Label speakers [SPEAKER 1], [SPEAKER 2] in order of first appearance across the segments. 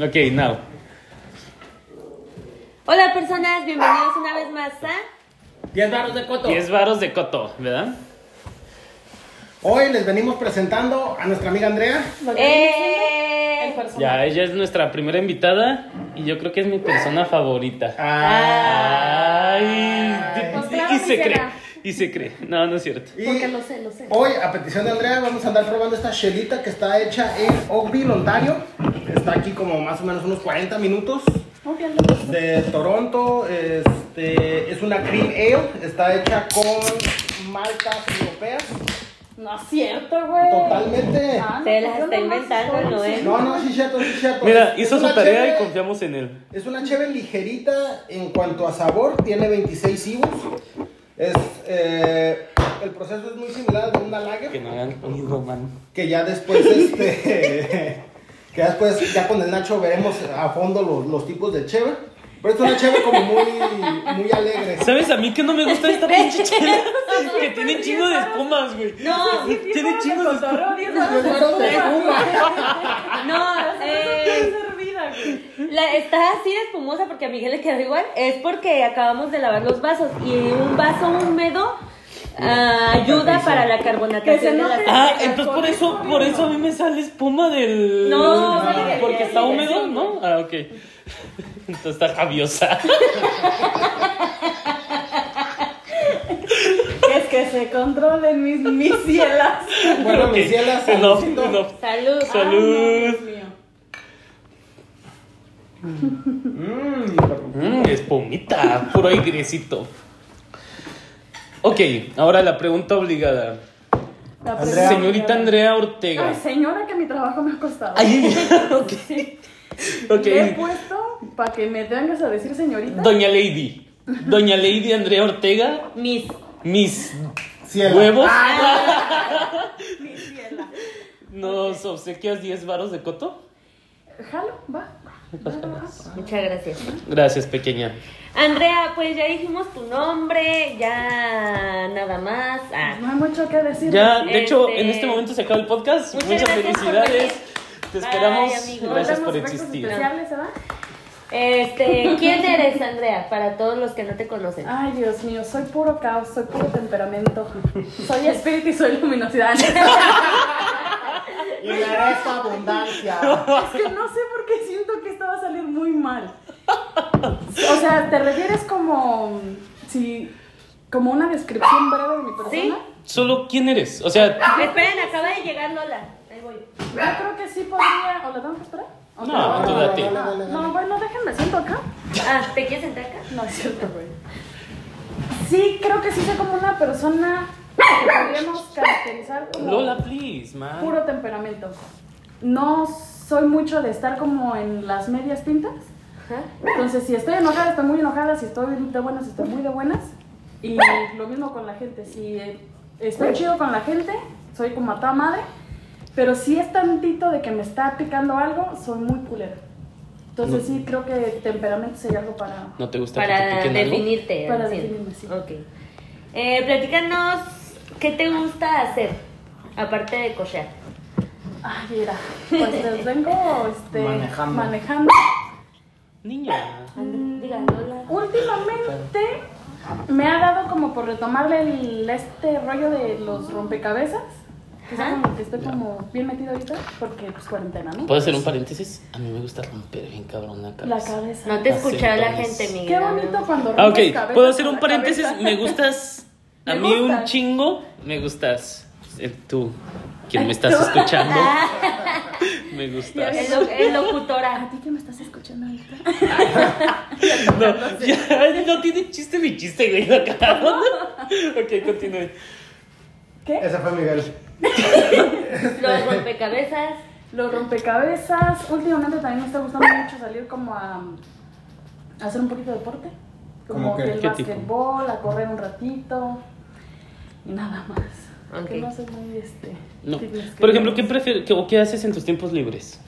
[SPEAKER 1] Ok, now.
[SPEAKER 2] Hola personas, bienvenidos una vez más a...
[SPEAKER 3] 10 baros de coto.
[SPEAKER 1] 10 varos de coto, ¿verdad?
[SPEAKER 3] Hoy les venimos presentando a nuestra amiga Andrea.
[SPEAKER 4] Lo que viene siendo el
[SPEAKER 2] Eh...
[SPEAKER 4] personaje.
[SPEAKER 1] Ya, ella es nuestra primera invitada y yo creo que es mi persona favorita.
[SPEAKER 2] Ah,
[SPEAKER 1] Ay,
[SPEAKER 2] Pues
[SPEAKER 1] y-
[SPEAKER 2] claro
[SPEAKER 1] y
[SPEAKER 2] que
[SPEAKER 1] se cree,
[SPEAKER 2] será.
[SPEAKER 1] y se cree. No, no es cierto.
[SPEAKER 3] Y
[SPEAKER 2] Porque lo sé, lo sé.
[SPEAKER 3] Hoy, a petición de Andrea, vamos a andar probando esta chelita que está hecha en Oakville, Ontario. Está aquí como más o menos unos 40 minutos
[SPEAKER 4] Muy bien, lo que-
[SPEAKER 3] de Toronto. Este, es una cream ale. Está hecha con maltas europeas.
[SPEAKER 4] No es cierto, güey.
[SPEAKER 3] Totalmente.
[SPEAKER 4] Ah, no,
[SPEAKER 2] Se las
[SPEAKER 4] yo
[SPEAKER 2] está
[SPEAKER 4] nomás
[SPEAKER 2] inventando,
[SPEAKER 4] estoy-
[SPEAKER 2] ¿no, eh?
[SPEAKER 3] No, no, sí, es cierto, sí, es cierto.
[SPEAKER 1] Mira,
[SPEAKER 3] Es-
[SPEAKER 1] hizo
[SPEAKER 3] es
[SPEAKER 1] su
[SPEAKER 3] una
[SPEAKER 1] tarea y
[SPEAKER 3] cheve-
[SPEAKER 1] confiamos en él.
[SPEAKER 3] Es una cheve ligerita en cuanto a sabor, tiene 26 IBUs. Es, eh, el proceso es muy similar al de una
[SPEAKER 1] Que
[SPEAKER 3] lager,
[SPEAKER 1] no hagan ruido, man.
[SPEAKER 3] que ya después, este, que ya después, ya con el Nacho veremos a fondo los, los tipos de cheve. Pero es una cheve como muy, muy alegre.
[SPEAKER 1] ¿Sabes a mí que no me gusta esta pinche chela? que tiene chingo de espumas, güey.
[SPEAKER 2] No,
[SPEAKER 1] tiene chingo de espumas.
[SPEAKER 4] Cotorreo, diez baros de
[SPEAKER 3] Diez baros de
[SPEAKER 2] no, eh,
[SPEAKER 4] cotorreo servida, güey.
[SPEAKER 2] la, está así de espumosa porque a Miguel le quedó igual. Es porque acabamos de lavar los vasos y un vaso húmedo ah, ayuda para la
[SPEAKER 4] Que se
[SPEAKER 2] carbonatación de la
[SPEAKER 4] note.
[SPEAKER 1] Ah, entonces por eso, por eso a mí me sale espuma del. Ah,
[SPEAKER 2] No, sale
[SPEAKER 1] porque
[SPEAKER 2] del-
[SPEAKER 1] está
[SPEAKER 2] del-
[SPEAKER 1] húmedo, ¿no? Ah, ok. Entonces está javiosa.
[SPEAKER 4] Es que se controlen mis, mis cielas.
[SPEAKER 3] Bueno,
[SPEAKER 1] Ok,
[SPEAKER 3] mis cielas,
[SPEAKER 1] enough,
[SPEAKER 3] saludcito.
[SPEAKER 1] enough.
[SPEAKER 2] Salud.
[SPEAKER 1] Salud.
[SPEAKER 4] Dios mío.
[SPEAKER 3] Mm,
[SPEAKER 1] Mmm, espumita, puro airecito. Ok, ahora la pregunta obligada.
[SPEAKER 4] La
[SPEAKER 3] Andrea.
[SPEAKER 4] pregunta-
[SPEAKER 1] Señorita Andrea Ortega.
[SPEAKER 4] Ay, señora, que mi trabajo me ha costado.
[SPEAKER 1] Ay, ok. Ok.
[SPEAKER 4] Le he puesto para que me tengas a decir señorita.
[SPEAKER 1] Doña Lady. Doña Lady Andrea Ortega.
[SPEAKER 2] Mis.
[SPEAKER 1] Mis
[SPEAKER 3] ciela.
[SPEAKER 1] huevos.
[SPEAKER 4] Mi ciela.
[SPEAKER 1] Nos obsequias 10 varos de coto.
[SPEAKER 4] Jalo, va. va.
[SPEAKER 2] Muchas gracias.
[SPEAKER 1] Gracias, pequeña.
[SPEAKER 2] Andrea, pues ya dijimos tu nombre, ya nada más. Ah.
[SPEAKER 4] Pues No hay mucho que decir.
[SPEAKER 1] Ya, de hecho,
[SPEAKER 2] Este-
[SPEAKER 1] en este momento se acaba el podcast.
[SPEAKER 2] Muchas
[SPEAKER 1] Muchas,
[SPEAKER 2] gracias por
[SPEAKER 1] felicidades. Te
[SPEAKER 2] Bye,
[SPEAKER 1] esperamos.
[SPEAKER 2] amigos.
[SPEAKER 1] gracias por
[SPEAKER 4] Volvemos, efectos
[SPEAKER 1] existir.
[SPEAKER 4] especiales, ¿verdad?
[SPEAKER 2] Este, ¿quién eres, Andrea? Para todos los que no te conocen.
[SPEAKER 4] Ay, Dios mío, soy puro caos, soy puro temperamento. Soy espíritu y soy luminosidad. Es
[SPEAKER 3] Y me hará esta abundancia.
[SPEAKER 4] que no sé por qué siento que esto va a salir muy mal. O sea, ¿te refieres como si como una descripción breve de mi persona?
[SPEAKER 2] ¿Sí?
[SPEAKER 1] Solo, ¿quién eres? O sea,
[SPEAKER 2] Esperen, acaba de llegar Lola. Ahí voy.
[SPEAKER 4] Yo creo que sí podría. ¿O la tengo que esperar? ¿O
[SPEAKER 1] No,
[SPEAKER 3] Ah,
[SPEAKER 4] no,
[SPEAKER 1] tú
[SPEAKER 4] no,
[SPEAKER 1] date.
[SPEAKER 4] no, no, bueno, déjenme, siento acá.
[SPEAKER 2] Ah, ¿te quieres sentar acá?
[SPEAKER 4] No es cierto, güey. Sí, creo que sí soy como una persona que podríamos caracterizar como.
[SPEAKER 1] Lola, please, man.
[SPEAKER 4] puro temperamento. No soy mucho de estar como en las medias tintas.
[SPEAKER 2] Ajá.
[SPEAKER 4] Entonces, si estoy enojada, estoy muy enojada. Si estoy de buenas, estoy muy de buenas. Y lo mismo con la gente. Si eh, estoy chido con la gente, soy como a toda madre. Pero si es tantito de que me está picando algo, soy muy culera. Entonces, sí, creo que temperamento sería algo para.
[SPEAKER 1] ¿No te gusta que te
[SPEAKER 2] Para
[SPEAKER 1] piquen algo?
[SPEAKER 2] definirte.
[SPEAKER 4] Para
[SPEAKER 2] así.
[SPEAKER 4] definirme, sí.
[SPEAKER 2] Ok. Eh, platícanos, ¿qué te gusta hacer? Aparte de cochear.
[SPEAKER 4] Ay, mira. Pues les vengo este,
[SPEAKER 3] Manejando.
[SPEAKER 4] manejando.
[SPEAKER 1] Niña.
[SPEAKER 4] Mm.
[SPEAKER 2] Diga, Lola.
[SPEAKER 4] Últimamente me ha dado como por retomarle el, este rollo de los rompecabezas. Que es
[SPEAKER 2] Ajá.
[SPEAKER 4] como que estoy como bien metido ahorita porque pues cuarentena, ¿no?
[SPEAKER 1] ¿Puedo hacer un paréntesis? A mí me gusta romper bien cabrón la
[SPEAKER 4] La
[SPEAKER 1] cabeza.
[SPEAKER 4] cabeza.
[SPEAKER 2] No te escuchaba la
[SPEAKER 1] Acentos.
[SPEAKER 2] gente, Miguel.
[SPEAKER 4] Qué bonito cuando
[SPEAKER 1] pues. Ah, ok.
[SPEAKER 4] rompes cabezas
[SPEAKER 1] ¿Puedo hacer un
[SPEAKER 4] con la
[SPEAKER 1] paréntesis?
[SPEAKER 4] cabeza.
[SPEAKER 1] Me gustas. A
[SPEAKER 4] Me
[SPEAKER 1] mí un
[SPEAKER 4] gustas.
[SPEAKER 1] chingo me gustas. Eh, Tú, quien me estás escuchando, me
[SPEAKER 2] Es,
[SPEAKER 1] gustas.
[SPEAKER 2] lo- es
[SPEAKER 4] A
[SPEAKER 2] locutora.
[SPEAKER 4] ti que me estás escuchando ahorita.
[SPEAKER 1] No, ya, no tiene chiste mi chiste, güey, la cabrón. Ok, continúe.
[SPEAKER 4] ¿Qué?
[SPEAKER 3] Ese fue Miguel.
[SPEAKER 2] Los rompecabezas.
[SPEAKER 4] Los rompecabezas. Últimamente también me está gustando mucho salir como a, a hacer un poquito de deporte.
[SPEAKER 3] ¿Cómo
[SPEAKER 4] Como
[SPEAKER 3] qué?
[SPEAKER 4] que el
[SPEAKER 1] ¿Qué tipo?
[SPEAKER 4] basquetbol, a correr un ratito. Y nada más.
[SPEAKER 2] Ok.
[SPEAKER 4] Que no soy muy este.
[SPEAKER 1] No.
[SPEAKER 4] fitness, que
[SPEAKER 1] Por ejemplo,
[SPEAKER 4] digamos.
[SPEAKER 1] ¿qué prefieres qué, o qué haces en tus tiempos libres?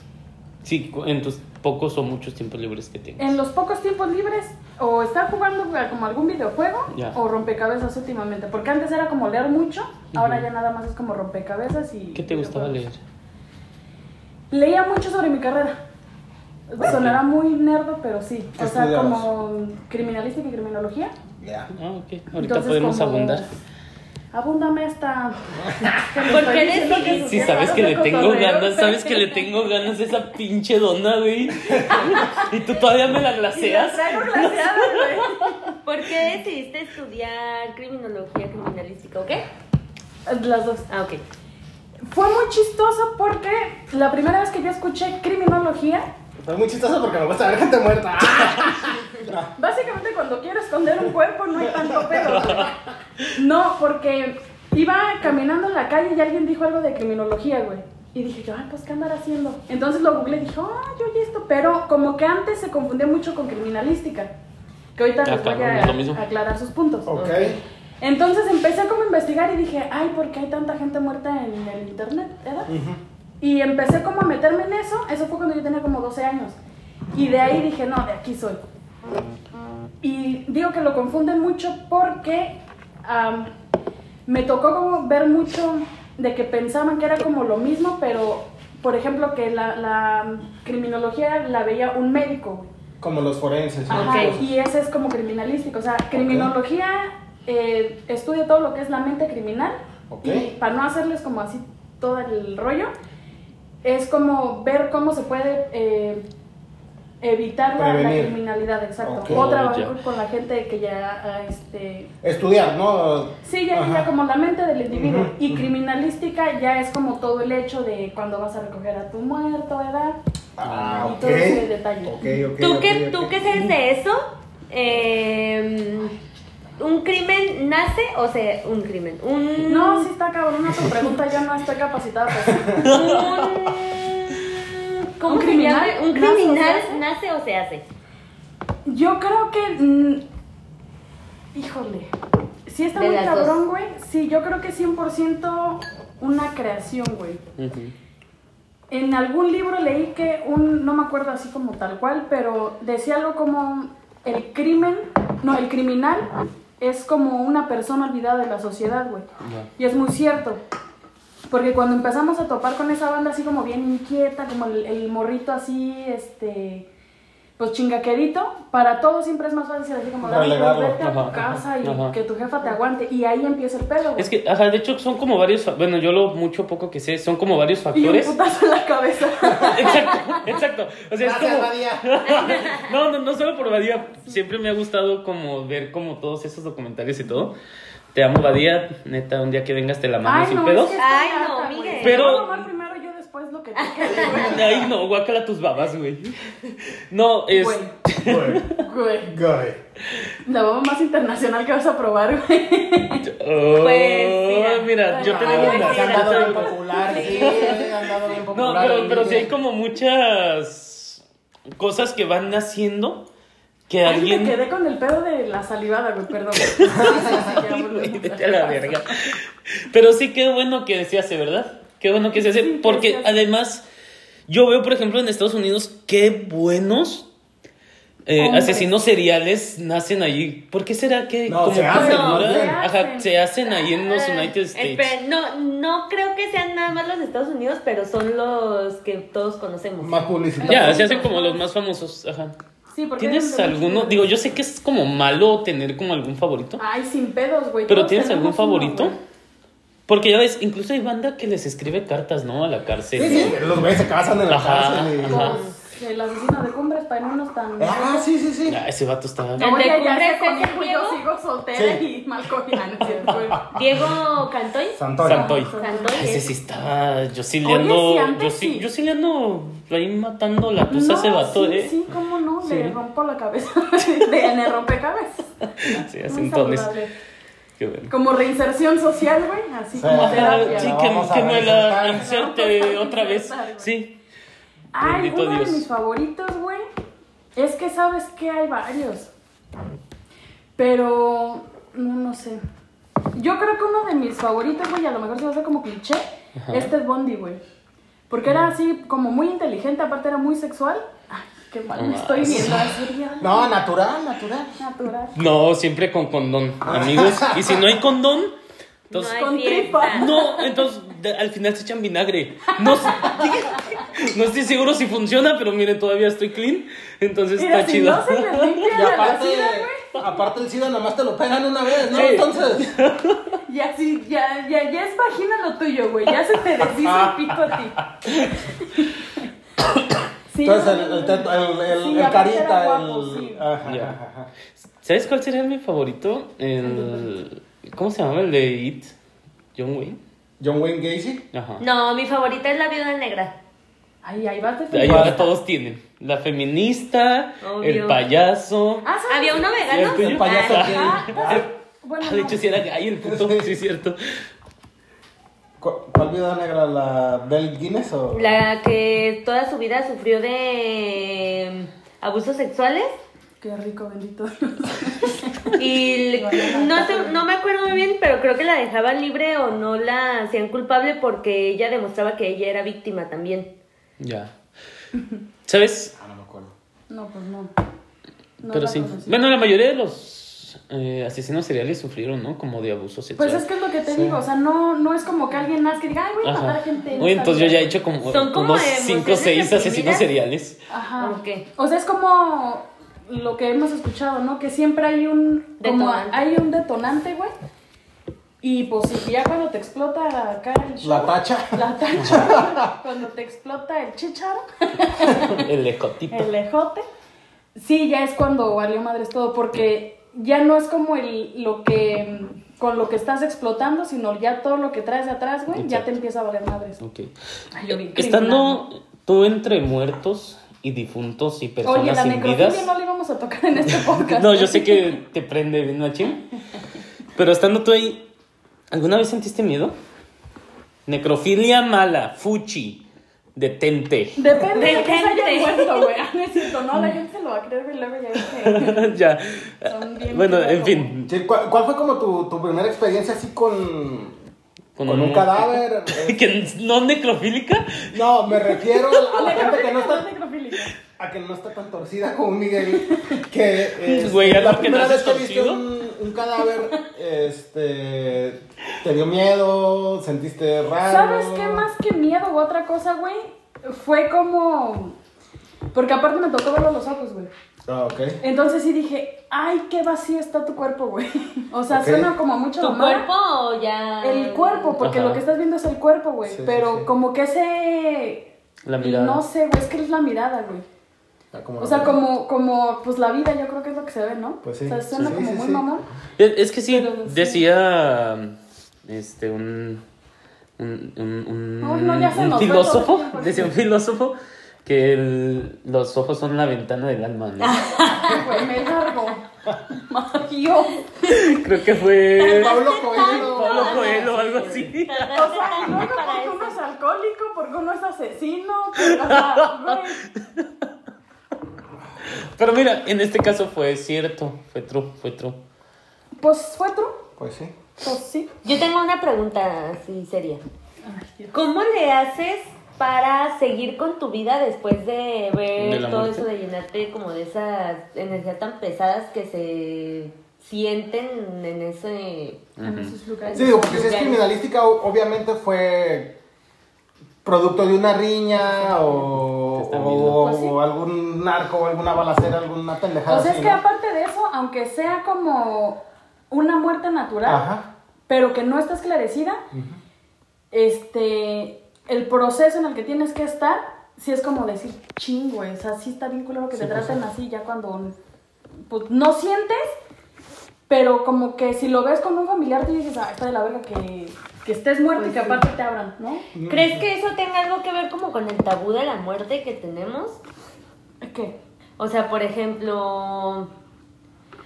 [SPEAKER 1] Sí, cu- en tus pocos o muchos tiempos libres que tengas.
[SPEAKER 4] En los pocos tiempos libres, o estar jugando como algún videojuego,
[SPEAKER 1] Ya.
[SPEAKER 4] o rompecabezas últimamente. Porque antes era como leer mucho, ahora
[SPEAKER 1] Ujú.
[SPEAKER 4] ya nada más es como rompecabezas y.
[SPEAKER 1] ¿Qué te gustaba leer?
[SPEAKER 4] videojuegos. Leía mucho sobre mi carrera. Sonará muy nerdo, pero sí.
[SPEAKER 3] ¿Qué
[SPEAKER 4] O sea,
[SPEAKER 3] estudiabas?
[SPEAKER 4] como criminalística y criminología.
[SPEAKER 3] Ya.
[SPEAKER 1] Ah, ok. Ahorita
[SPEAKER 4] Entonces,
[SPEAKER 1] podemos
[SPEAKER 4] como-
[SPEAKER 1] abundar.
[SPEAKER 4] Abúndame esta.
[SPEAKER 2] ¿Por qué decidiste?
[SPEAKER 4] decidiste?
[SPEAKER 1] Sí, sabes que le tengo ganas, sabes que le tengo ganas de esa pinche dona, güey. Y tú todavía me la glaseas.
[SPEAKER 2] ¿Por qué decidiste estudiar criminología criminalística o qué?
[SPEAKER 4] Las dos.
[SPEAKER 2] Ah, ok.
[SPEAKER 4] Fue muy chistoso porque la primera vez que yo escuché criminología,
[SPEAKER 3] Está muy chistoso porque me gusta ver gente muerta.
[SPEAKER 4] básicamente cuando quiero esconder un cuerpo no hay tanto pedo. No, porque iba caminando en la calle y alguien dijo algo de criminología, güey. Y dije yo, ah, pues qué andar haciendo. Entonces lo googleé y dije, ah, yo y esto. Pero como que antes se confundía mucho con criminalística. Que ahorita
[SPEAKER 1] Ah,
[SPEAKER 4] les voy
[SPEAKER 1] cabrón, es lo mismo.
[SPEAKER 4] a aclarar sus puntos.
[SPEAKER 3] Ok.
[SPEAKER 4] Entonces empecé como a investigar y dije, ay, ¿por qué hay tanta gente muerta en el internet? ¿Era? Y empecé como a meterme en eso, eso fue cuando yo tenía como 12 años. Y de ahí dije, no, de aquí soy. Y digo que lo confunden mucho porque am, me tocó como ver mucho de que pensaban que era como lo mismo, pero por ejemplo que la, la criminología la veía un médico. güey.
[SPEAKER 3] Como los forenses. ¿no?
[SPEAKER 4] Ajá,
[SPEAKER 2] Ok.
[SPEAKER 4] y ese es como criminalístico. O sea, criminología eh, estudia todo lo que es la mente criminal.
[SPEAKER 3] Ok.
[SPEAKER 4] Y para no hacerles como así todo el rollo, es como ver cómo se puede eh, evitar la, la
[SPEAKER 3] Prevenir.
[SPEAKER 4] criminalidad, exacto.
[SPEAKER 3] Ok.
[SPEAKER 4] O
[SPEAKER 1] Oh,
[SPEAKER 4] trabajar
[SPEAKER 1] ya.
[SPEAKER 4] con la gente que ya, ah, este...
[SPEAKER 3] Estudiar, ¿no?
[SPEAKER 4] Sí, ya,
[SPEAKER 3] Ajá.
[SPEAKER 4] ya como la mente del individuo.
[SPEAKER 3] Ujú,
[SPEAKER 4] Y
[SPEAKER 3] ujú.
[SPEAKER 4] criminalística ya es como todo el hecho de cuando vas a recoger a tu muerto, ¿verdad?
[SPEAKER 3] Ah,
[SPEAKER 4] Y
[SPEAKER 3] ok.
[SPEAKER 4] todo ese detalle.
[SPEAKER 3] Ok, ok.
[SPEAKER 2] ¿Tú
[SPEAKER 3] ok,
[SPEAKER 2] qué,
[SPEAKER 3] ok.
[SPEAKER 2] ¿tú qué sabes de eso? Eh, ¿Un crimen nace o se... un crimen? Un...
[SPEAKER 4] No, sí está cabrona tu pregunta, yo no estoy capacitada para eso.
[SPEAKER 2] un... ¿Cómo
[SPEAKER 4] ¿Un
[SPEAKER 2] se
[SPEAKER 4] criminal?
[SPEAKER 2] llama? ¿Un
[SPEAKER 4] ¿Nace o se
[SPEAKER 2] criminal
[SPEAKER 4] hace?
[SPEAKER 2] nace o se hace?
[SPEAKER 4] Yo creo que. mm, híjole. Sí, está
[SPEAKER 2] De
[SPEAKER 4] muy
[SPEAKER 2] las
[SPEAKER 4] cabrón,
[SPEAKER 2] dos.
[SPEAKER 4] güey. Sí, yo creo que 100% una creación, güey.
[SPEAKER 1] Ujú.
[SPEAKER 4] En algún libro leí que un. No me acuerdo así como tal cual, pero decía algo como. El crimen. No, el criminal es como una persona olvidada de la sociedad, güey.
[SPEAKER 1] Ya.
[SPEAKER 4] Y es muy cierto. Porque cuando empezamos a topar con esa banda así como bien inquieta, como el, el morrito así, este, pues chingaquerito, para todos siempre es más fácil decir como, "Dani, pues,
[SPEAKER 3] Relegarlo".
[SPEAKER 4] vete a tu
[SPEAKER 1] Ajá,
[SPEAKER 4] casa y
[SPEAKER 1] ajá.
[SPEAKER 4] que tu jefa te aguante. Y ahí empieza el pedo, güey.
[SPEAKER 1] Es que, ajá, de hecho son como varios, fa- bueno, yo lo mucho poco que sé, son como varios
[SPEAKER 4] y un
[SPEAKER 1] factores.
[SPEAKER 4] putazo en la cabeza.
[SPEAKER 1] Exacto, exacto. O sea, es
[SPEAKER 3] Gracias,
[SPEAKER 1] como,
[SPEAKER 3] Badía.
[SPEAKER 1] No, no, no solo por Badía. Siempre me ha gustado como ver como todos esos documentales y todo. Te amo, Badía. Neta, un día que vengas te la mando
[SPEAKER 4] Ay,
[SPEAKER 1] sin
[SPEAKER 4] no,
[SPEAKER 1] pedos.
[SPEAKER 4] es que
[SPEAKER 2] Ay,
[SPEAKER 4] estoy
[SPEAKER 2] no,
[SPEAKER 4] harta, güey.
[SPEAKER 2] Miguel.
[SPEAKER 1] Pero-
[SPEAKER 4] Voy a tomar primero yo después lo que tú quieras,
[SPEAKER 1] Ay, no, guácala tus babas, güey. No, es...
[SPEAKER 4] güey.
[SPEAKER 3] Güey,
[SPEAKER 4] Güey,
[SPEAKER 3] güey.
[SPEAKER 4] la bomba más internacional que vas a probar, güey.
[SPEAKER 1] Oh,
[SPEAKER 2] Pues, mira.
[SPEAKER 1] mira, yo
[SPEAKER 4] Ay,
[SPEAKER 1] tengo
[SPEAKER 4] ay,
[SPEAKER 1] una...
[SPEAKER 3] Ah, Se han
[SPEAKER 1] yo
[SPEAKER 3] dado bien
[SPEAKER 1] tengo-
[SPEAKER 3] popular, sí. Se han dado bien
[SPEAKER 1] No,
[SPEAKER 3] popular.
[SPEAKER 1] pero, pero
[SPEAKER 3] sí
[SPEAKER 1] sí hay como muchas cosas que van naciendo que
[SPEAKER 4] Ay, me
[SPEAKER 1] alguien...
[SPEAKER 4] quedé con el pedo de la salivada, güey, perdón. Sí, sí, sí, ya volvemos.
[SPEAKER 1] Güey, vete a la verga. Pero sí, qué bueno que se hace, ¿verdad? Qué bueno que se hace.
[SPEAKER 4] Sí, que
[SPEAKER 1] porque
[SPEAKER 4] se hace.
[SPEAKER 1] además, yo veo, por ejemplo, en Estados Unidos, qué buenos eh,
[SPEAKER 4] Hombres.
[SPEAKER 1] asesinos seriales nacen allí. ¿Por qué será que
[SPEAKER 3] No, se hacen,
[SPEAKER 1] cultura-
[SPEAKER 3] no, se
[SPEAKER 1] Ajá,
[SPEAKER 4] hacen.
[SPEAKER 1] se hacen ahí en los United
[SPEAKER 2] Ah,
[SPEAKER 1] States?
[SPEAKER 2] espera, no, no creo que sean nada más los de Estados Unidos, pero son los que todos conocemos.
[SPEAKER 3] Más publicidad.
[SPEAKER 1] Ya, se hacen como los más famosos. Ajá.
[SPEAKER 4] Sí, porque
[SPEAKER 1] ¿Tienes
[SPEAKER 4] eran de
[SPEAKER 1] alguno?
[SPEAKER 4] muchos-
[SPEAKER 1] Digo, yo sé que es como malo tener como algún favorito.
[SPEAKER 4] Ay, sin pedos, güey.
[SPEAKER 1] ¿Pero
[SPEAKER 4] todos
[SPEAKER 1] tienes algún
[SPEAKER 4] tenemos uno,
[SPEAKER 1] favorito?
[SPEAKER 4] güey.
[SPEAKER 1] Porque ya ves, incluso hay banda que les escribe cartas, ¿no? A la cárcel.
[SPEAKER 3] Sí, sí, los güeyes se casan en la
[SPEAKER 1] Ajá,
[SPEAKER 3] cárcel. y-
[SPEAKER 1] ajá.
[SPEAKER 4] Pues, el asesino de cumbres para no nos tan.
[SPEAKER 3] Ah, sí, sí, sí.
[SPEAKER 1] Ah, ese vato está.
[SPEAKER 2] ¿El de Cumbres es el
[SPEAKER 4] conmigo,
[SPEAKER 2] Diego?
[SPEAKER 4] yo sigo soltera
[SPEAKER 3] Sí.
[SPEAKER 4] y mal cogida, no es cierto, güey.
[SPEAKER 2] Diego Cantoy.
[SPEAKER 3] Santoy.
[SPEAKER 1] Santoy.
[SPEAKER 2] Santoy.
[SPEAKER 1] Ah, Ese sí estaba. Yo sí le
[SPEAKER 4] Oye, sí,
[SPEAKER 1] ando.
[SPEAKER 4] antes
[SPEAKER 1] yo, sí,
[SPEAKER 4] sí.
[SPEAKER 1] yo sí le ando ahí matando la tusa a ese
[SPEAKER 4] No,
[SPEAKER 1] vato,
[SPEAKER 4] sí,
[SPEAKER 1] ¿eh?
[SPEAKER 4] Sí, cómo no,
[SPEAKER 1] Sí.
[SPEAKER 4] le rompo la cabeza. de, en el rompecabezas.
[SPEAKER 1] Sí,
[SPEAKER 4] Muy
[SPEAKER 1] así entonces.
[SPEAKER 4] saludable.
[SPEAKER 1] Qué bueno.
[SPEAKER 4] Como reinserción social, güey, así
[SPEAKER 3] Sí.
[SPEAKER 4] como
[SPEAKER 1] Ajá,
[SPEAKER 4] terapia.
[SPEAKER 1] sí,
[SPEAKER 3] la
[SPEAKER 1] que,
[SPEAKER 3] vamos a
[SPEAKER 1] que me la
[SPEAKER 3] reinsertar.
[SPEAKER 1] inserte
[SPEAKER 4] La vamos a
[SPEAKER 1] otra vez.
[SPEAKER 4] reinsertar, güey.
[SPEAKER 1] Sí.
[SPEAKER 4] Ay,
[SPEAKER 1] Bendito
[SPEAKER 4] uno de
[SPEAKER 1] Dios.
[SPEAKER 4] mis favoritos, güey. Es que sabes que hay varios. Pero no, no sé. Yo creo que uno de mis favoritos, güey, a lo mejor se va a hacer como cliché, este
[SPEAKER 1] Ajá.
[SPEAKER 4] es Ted Bundy, güey. Porque era así como muy inteligente, aparte era muy sexual. Ay, qué mal me
[SPEAKER 1] Ah,
[SPEAKER 4] estoy
[SPEAKER 1] sí.
[SPEAKER 4] viendo así, ya,
[SPEAKER 3] No, natural, natural.
[SPEAKER 4] natural.
[SPEAKER 1] No, siempre con condón, amigos. Y si no hay condón, Entonces,
[SPEAKER 2] no hay
[SPEAKER 4] con
[SPEAKER 2] fiesta.
[SPEAKER 4] tripa.
[SPEAKER 1] No, entonces de- al final se echan vinagre. No, sé- no estoy seguro si funciona, pero miren, todavía estoy clean. Entonces
[SPEAKER 4] Mira,
[SPEAKER 1] está
[SPEAKER 4] si
[SPEAKER 1] chido.
[SPEAKER 4] no se les limpia
[SPEAKER 3] Y
[SPEAKER 4] la
[SPEAKER 3] aparte,
[SPEAKER 4] vacina,
[SPEAKER 3] aparte el SIDA nada más te lo pegan una vez, ¿no?
[SPEAKER 1] Sí.
[SPEAKER 3] Entonces,
[SPEAKER 4] güey, ya, sí, ya, ya, ya es vagina lo tuyo, güey. Ya se te deshizo el pico a ti. Sí,
[SPEAKER 3] entonces
[SPEAKER 4] no,
[SPEAKER 3] el,
[SPEAKER 4] no,
[SPEAKER 3] el,
[SPEAKER 4] no,
[SPEAKER 3] tet-
[SPEAKER 4] no.
[SPEAKER 3] el, el-
[SPEAKER 4] Sí,
[SPEAKER 3] el
[SPEAKER 4] aparte era
[SPEAKER 3] carita,
[SPEAKER 4] guapo,
[SPEAKER 3] el...
[SPEAKER 4] sí.
[SPEAKER 3] ajá,
[SPEAKER 1] Ya.
[SPEAKER 3] ajá.
[SPEAKER 1] ¿Sabes cuál sería mi favorito? El... ¿Cómo se llamaba el de It? John Wayne.
[SPEAKER 3] John Wayne Gacy.
[SPEAKER 1] Ajá.
[SPEAKER 2] No, mi favorita es la viuda negra.
[SPEAKER 4] Ahí, ahí vas de
[SPEAKER 1] Ahí
[SPEAKER 4] feliz.
[SPEAKER 1] ahora todos tienen. La feminista, el
[SPEAKER 2] Obvio.
[SPEAKER 1] payaso.
[SPEAKER 4] Ah, ¿sabes?
[SPEAKER 2] Había uno vegano.
[SPEAKER 1] ¿Y
[SPEAKER 3] El payaso
[SPEAKER 2] Ah,
[SPEAKER 3] que...
[SPEAKER 4] Ah,
[SPEAKER 3] Ah,
[SPEAKER 4] Bueno,
[SPEAKER 1] Ah, de hecho,
[SPEAKER 4] no.
[SPEAKER 1] si era gay el puto, sí es cierto.
[SPEAKER 3] ¿cu- ¿Cuál viuda negra? ¿La Bell Guinness o...?
[SPEAKER 2] La que toda su vida sufrió de abusos sexuales
[SPEAKER 4] Qué rico, bendito.
[SPEAKER 2] y le- no, sé- no me acuerdo muy bien, pero creo que la dejaban libre o no la hacían culpable porque ella demostraba que ella era víctima también.
[SPEAKER 1] Ya. ¿Sabes?
[SPEAKER 3] Ah, no me acuerdo.
[SPEAKER 4] No, pues no. No
[SPEAKER 1] Pero
[SPEAKER 4] la
[SPEAKER 1] sí.
[SPEAKER 4] conocí.
[SPEAKER 1] Bueno, la mayoría de los eh, asesinos seriales sufrieron, ¿no? Como de abuso sexual.
[SPEAKER 4] Pues es que es lo que te digo, o sea, no, no es como que alguien más que diga, ay, voy a matar
[SPEAKER 1] Ajá.
[SPEAKER 4] a gente. en
[SPEAKER 1] Oye,
[SPEAKER 4] esta
[SPEAKER 1] entonces yo ya
[SPEAKER 4] vida".
[SPEAKER 1] he hecho como,
[SPEAKER 2] Son como
[SPEAKER 1] unos
[SPEAKER 2] emociones
[SPEAKER 1] 5 o 6 asesinos
[SPEAKER 2] reprimidas.
[SPEAKER 1] seriales.
[SPEAKER 4] Ajá.
[SPEAKER 2] ¿Por qué?
[SPEAKER 4] O sea, es como lo que hemos escuchado, ¿no? Que siempre hay un. Como
[SPEAKER 2] Detonante.
[SPEAKER 4] hay un detonante, güey. Y pues si ya cuando te explota acá el.
[SPEAKER 3] La
[SPEAKER 4] chavo,
[SPEAKER 3] tacha.
[SPEAKER 4] La tacha. cuando te explota el chicharo,
[SPEAKER 1] El escotito.
[SPEAKER 4] el ejote. Sí, ya es cuando valió madres todo, porque ya no es como el, lo que. Con lo que estás explotando, sino ya todo lo que traes de atrás, güey, ya te empieza a valer madres.
[SPEAKER 1] Ok.
[SPEAKER 4] Ay, yo bien criminal.
[SPEAKER 1] Estando tú entre muertos y difuntos y
[SPEAKER 4] Oye,
[SPEAKER 1] personas
[SPEAKER 4] la
[SPEAKER 1] sin
[SPEAKER 4] necrofilia
[SPEAKER 1] vidas.
[SPEAKER 4] no la íbamos a tocar en este podcast.
[SPEAKER 1] No, yo sé que te prende bien machín. Pero estando tú ahí, ¿alguna vez sentiste miedo? Necrofilia mala, fuchi, detente.
[SPEAKER 4] Depende de que se haya
[SPEAKER 2] Depende.
[SPEAKER 4] muerto, güey. Ah, No es cierto, no, la gente se lo va a creer, y luego ya ves que
[SPEAKER 1] ya.
[SPEAKER 4] son bien.
[SPEAKER 1] Bueno,
[SPEAKER 4] culeros.
[SPEAKER 1] en fin.
[SPEAKER 3] Sí, ¿cuál, cuál fue como tu, tu primera experiencia así con, con, un
[SPEAKER 1] un-
[SPEAKER 3] cadáver? Eh,
[SPEAKER 1] ¿Que no necrofílica?
[SPEAKER 3] No, me refiero a la gente que no
[SPEAKER 4] Necrofilia,
[SPEAKER 3] está,
[SPEAKER 4] necrofilia.
[SPEAKER 3] a que no está tan torcida como Miguel. Que este,
[SPEAKER 1] Güey, algo
[SPEAKER 3] la
[SPEAKER 1] que
[SPEAKER 3] primera
[SPEAKER 1] no
[SPEAKER 3] vez
[SPEAKER 1] haces
[SPEAKER 3] que viste
[SPEAKER 1] torcido.
[SPEAKER 3] un, un cadáver, este, te dio miedo, sentiste raro.
[SPEAKER 4] ¿Sabes qué más que miedo u otra cosa, güey? Fue como. Porque aparte me tocó verlo a los ojos, güey.
[SPEAKER 3] Ah, ok.
[SPEAKER 4] Entonces sí dije, ay, qué vacío está tu cuerpo, güey. O sea,
[SPEAKER 3] Ok.
[SPEAKER 4] suena como mucho
[SPEAKER 2] ¿Tu
[SPEAKER 4] mamá.
[SPEAKER 2] cuerpo o ya?
[SPEAKER 4] El cuerpo, porque
[SPEAKER 1] Ajá.
[SPEAKER 4] lo que estás viendo es el cuerpo, güey.
[SPEAKER 3] Sí, sí,
[SPEAKER 4] pero
[SPEAKER 3] sí.
[SPEAKER 4] como que ese.
[SPEAKER 1] La mirada.
[SPEAKER 4] No sé, güey, es que es la mirada, güey.
[SPEAKER 3] Ah, como
[SPEAKER 4] O sea,
[SPEAKER 3] la-
[SPEAKER 4] como, como, pues la vida yo creo que es lo que se ve, ¿no?
[SPEAKER 3] Pues sí.
[SPEAKER 4] O sea, suena
[SPEAKER 3] Sí,
[SPEAKER 4] como
[SPEAKER 3] sí,
[SPEAKER 4] muy
[SPEAKER 3] sí.
[SPEAKER 4] mamón.
[SPEAKER 1] Es, es que sí,
[SPEAKER 4] Pero sí.
[SPEAKER 1] decía este un, un, un, un-
[SPEAKER 4] Ay, no, ya se
[SPEAKER 1] un
[SPEAKER 4] nos fue
[SPEAKER 1] filósofo,
[SPEAKER 4] todo el tiempo.
[SPEAKER 1] decía un filósofo que el- los ojos son la ventana del alma. ¿no?
[SPEAKER 4] Ah. Güey, me largo. Magio. O
[SPEAKER 1] Creo que fue
[SPEAKER 3] Pablo Coelho.
[SPEAKER 1] Pablo Coelho o algo así.
[SPEAKER 4] sea, no, no, porque uno es alcohólico, porque uno es asesino, porque, o sea, güey.
[SPEAKER 1] Pero mira, en este caso fue cierto, fue true, fue true.
[SPEAKER 4] Pues fue true,
[SPEAKER 3] Pues sí.
[SPEAKER 4] pues sí.
[SPEAKER 2] Yo tengo una pregunta así seria. ¿Cómo le haces para seguir con tu vida después de
[SPEAKER 1] De
[SPEAKER 2] ver
[SPEAKER 1] la
[SPEAKER 2] todo
[SPEAKER 1] muerte?
[SPEAKER 2] eso, de llenarte como de esas energías tan pesadas que se sienten en ese...
[SPEAKER 4] En esos lugares.
[SPEAKER 3] Sí, digo, porque si es criminalística, o- obviamente fue producto de una riña
[SPEAKER 1] Te
[SPEAKER 3] o,
[SPEAKER 1] están
[SPEAKER 3] o-
[SPEAKER 4] Pues sí.
[SPEAKER 3] o algún narco, o alguna balacera, alguna pendejada.
[SPEAKER 4] O sea, es
[SPEAKER 3] así,
[SPEAKER 4] que
[SPEAKER 3] ¿no?
[SPEAKER 4] aparte de eso, aunque sea como una muerte natural,
[SPEAKER 3] Ajá.
[SPEAKER 4] pero que no está esclarecida, este, el proceso en el que tienes que estar, sí es como decir, ching, güey, o sea, sí está bien culero que te traten así ya cuando pues, no sientes, pero como que si lo ves con un familiar, te dices, ah, está de la verga que, que estés muerto y que aparte te abran, ¿no?
[SPEAKER 2] ¿Crees que eso tenga algo que ver como con el tabú de la muerte que tenemos?
[SPEAKER 4] ¿Qué?
[SPEAKER 2] O sea, por ejemplo,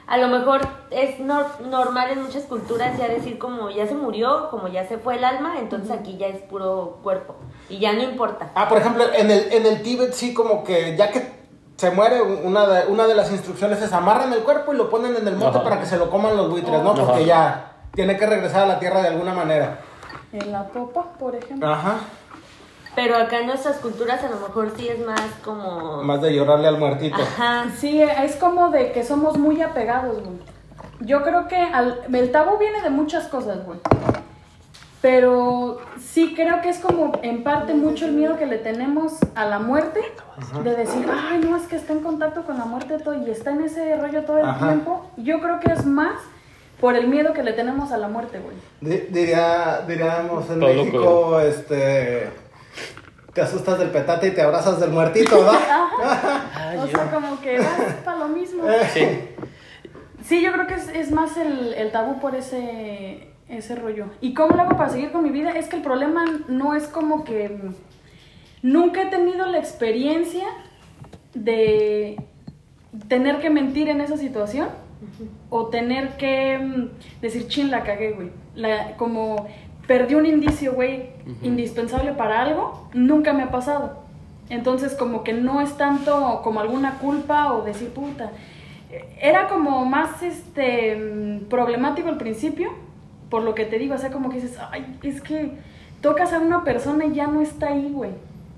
[SPEAKER 2] a lo mejor es nor- normal en muchas culturas ya decir como ya se murió, como ya se fue el alma, entonces aquí ya es puro cuerpo y ya no importa.
[SPEAKER 3] Ah, por ejemplo, en el, en el Tíbet sí como que ya que se muere, una de, una de las instrucciones es amarran el cuerpo y lo ponen en el monte
[SPEAKER 1] Ajá.
[SPEAKER 3] para que se lo coman los buitres, ¿no?
[SPEAKER 1] Ajá.
[SPEAKER 3] Porque ya tiene que regresar a la tierra de alguna manera.
[SPEAKER 4] En la popa, por ejemplo.
[SPEAKER 3] Ajá.
[SPEAKER 2] Pero acá en nuestras culturas a lo mejor sí es más como...
[SPEAKER 3] Más de llorarle al muertito.
[SPEAKER 2] Ajá.
[SPEAKER 4] Sí, es como de que somos muy apegados, güey. Yo creo que al- el tabú viene de muchas cosas, güey. Pero sí creo que es como en parte mucho el miedo que le tenemos a la muerte, de decir, ay, no, es que está en contacto con la muerte todo, y está en ese rollo todo el
[SPEAKER 3] Ajá.
[SPEAKER 4] tiempo. Yo creo que es más por el miedo que le tenemos a la muerte, güey.
[SPEAKER 3] Di- Diría, diríamos en
[SPEAKER 1] Todo loco,
[SPEAKER 3] México, este. Te asustas del petate y te abrazas del muertito,
[SPEAKER 4] Ah.
[SPEAKER 3] ¿verdad?
[SPEAKER 4] o sea, como que vas para lo mismo.
[SPEAKER 1] Sí.
[SPEAKER 4] Sí, yo creo que es, es más el, el tabú por ese, ese rollo. ¿Y cómo lo hago para seguir con mi vida? Es que el problema no es como que mm, nunca he tenido la experiencia de tener que mentir en esa situación o tener que mm, decir, chin, la cagué, güey. La- como perdí un indicio, güey, indispensable para algo, nunca me ha pasado. Entonces, como que no es tanto como alguna culpa o decir, puta. Era como más este mm, problemático al principio, por lo que te digo, o sea, como que dices, ay, es que tocas a una persona y ya no está ahí, güey.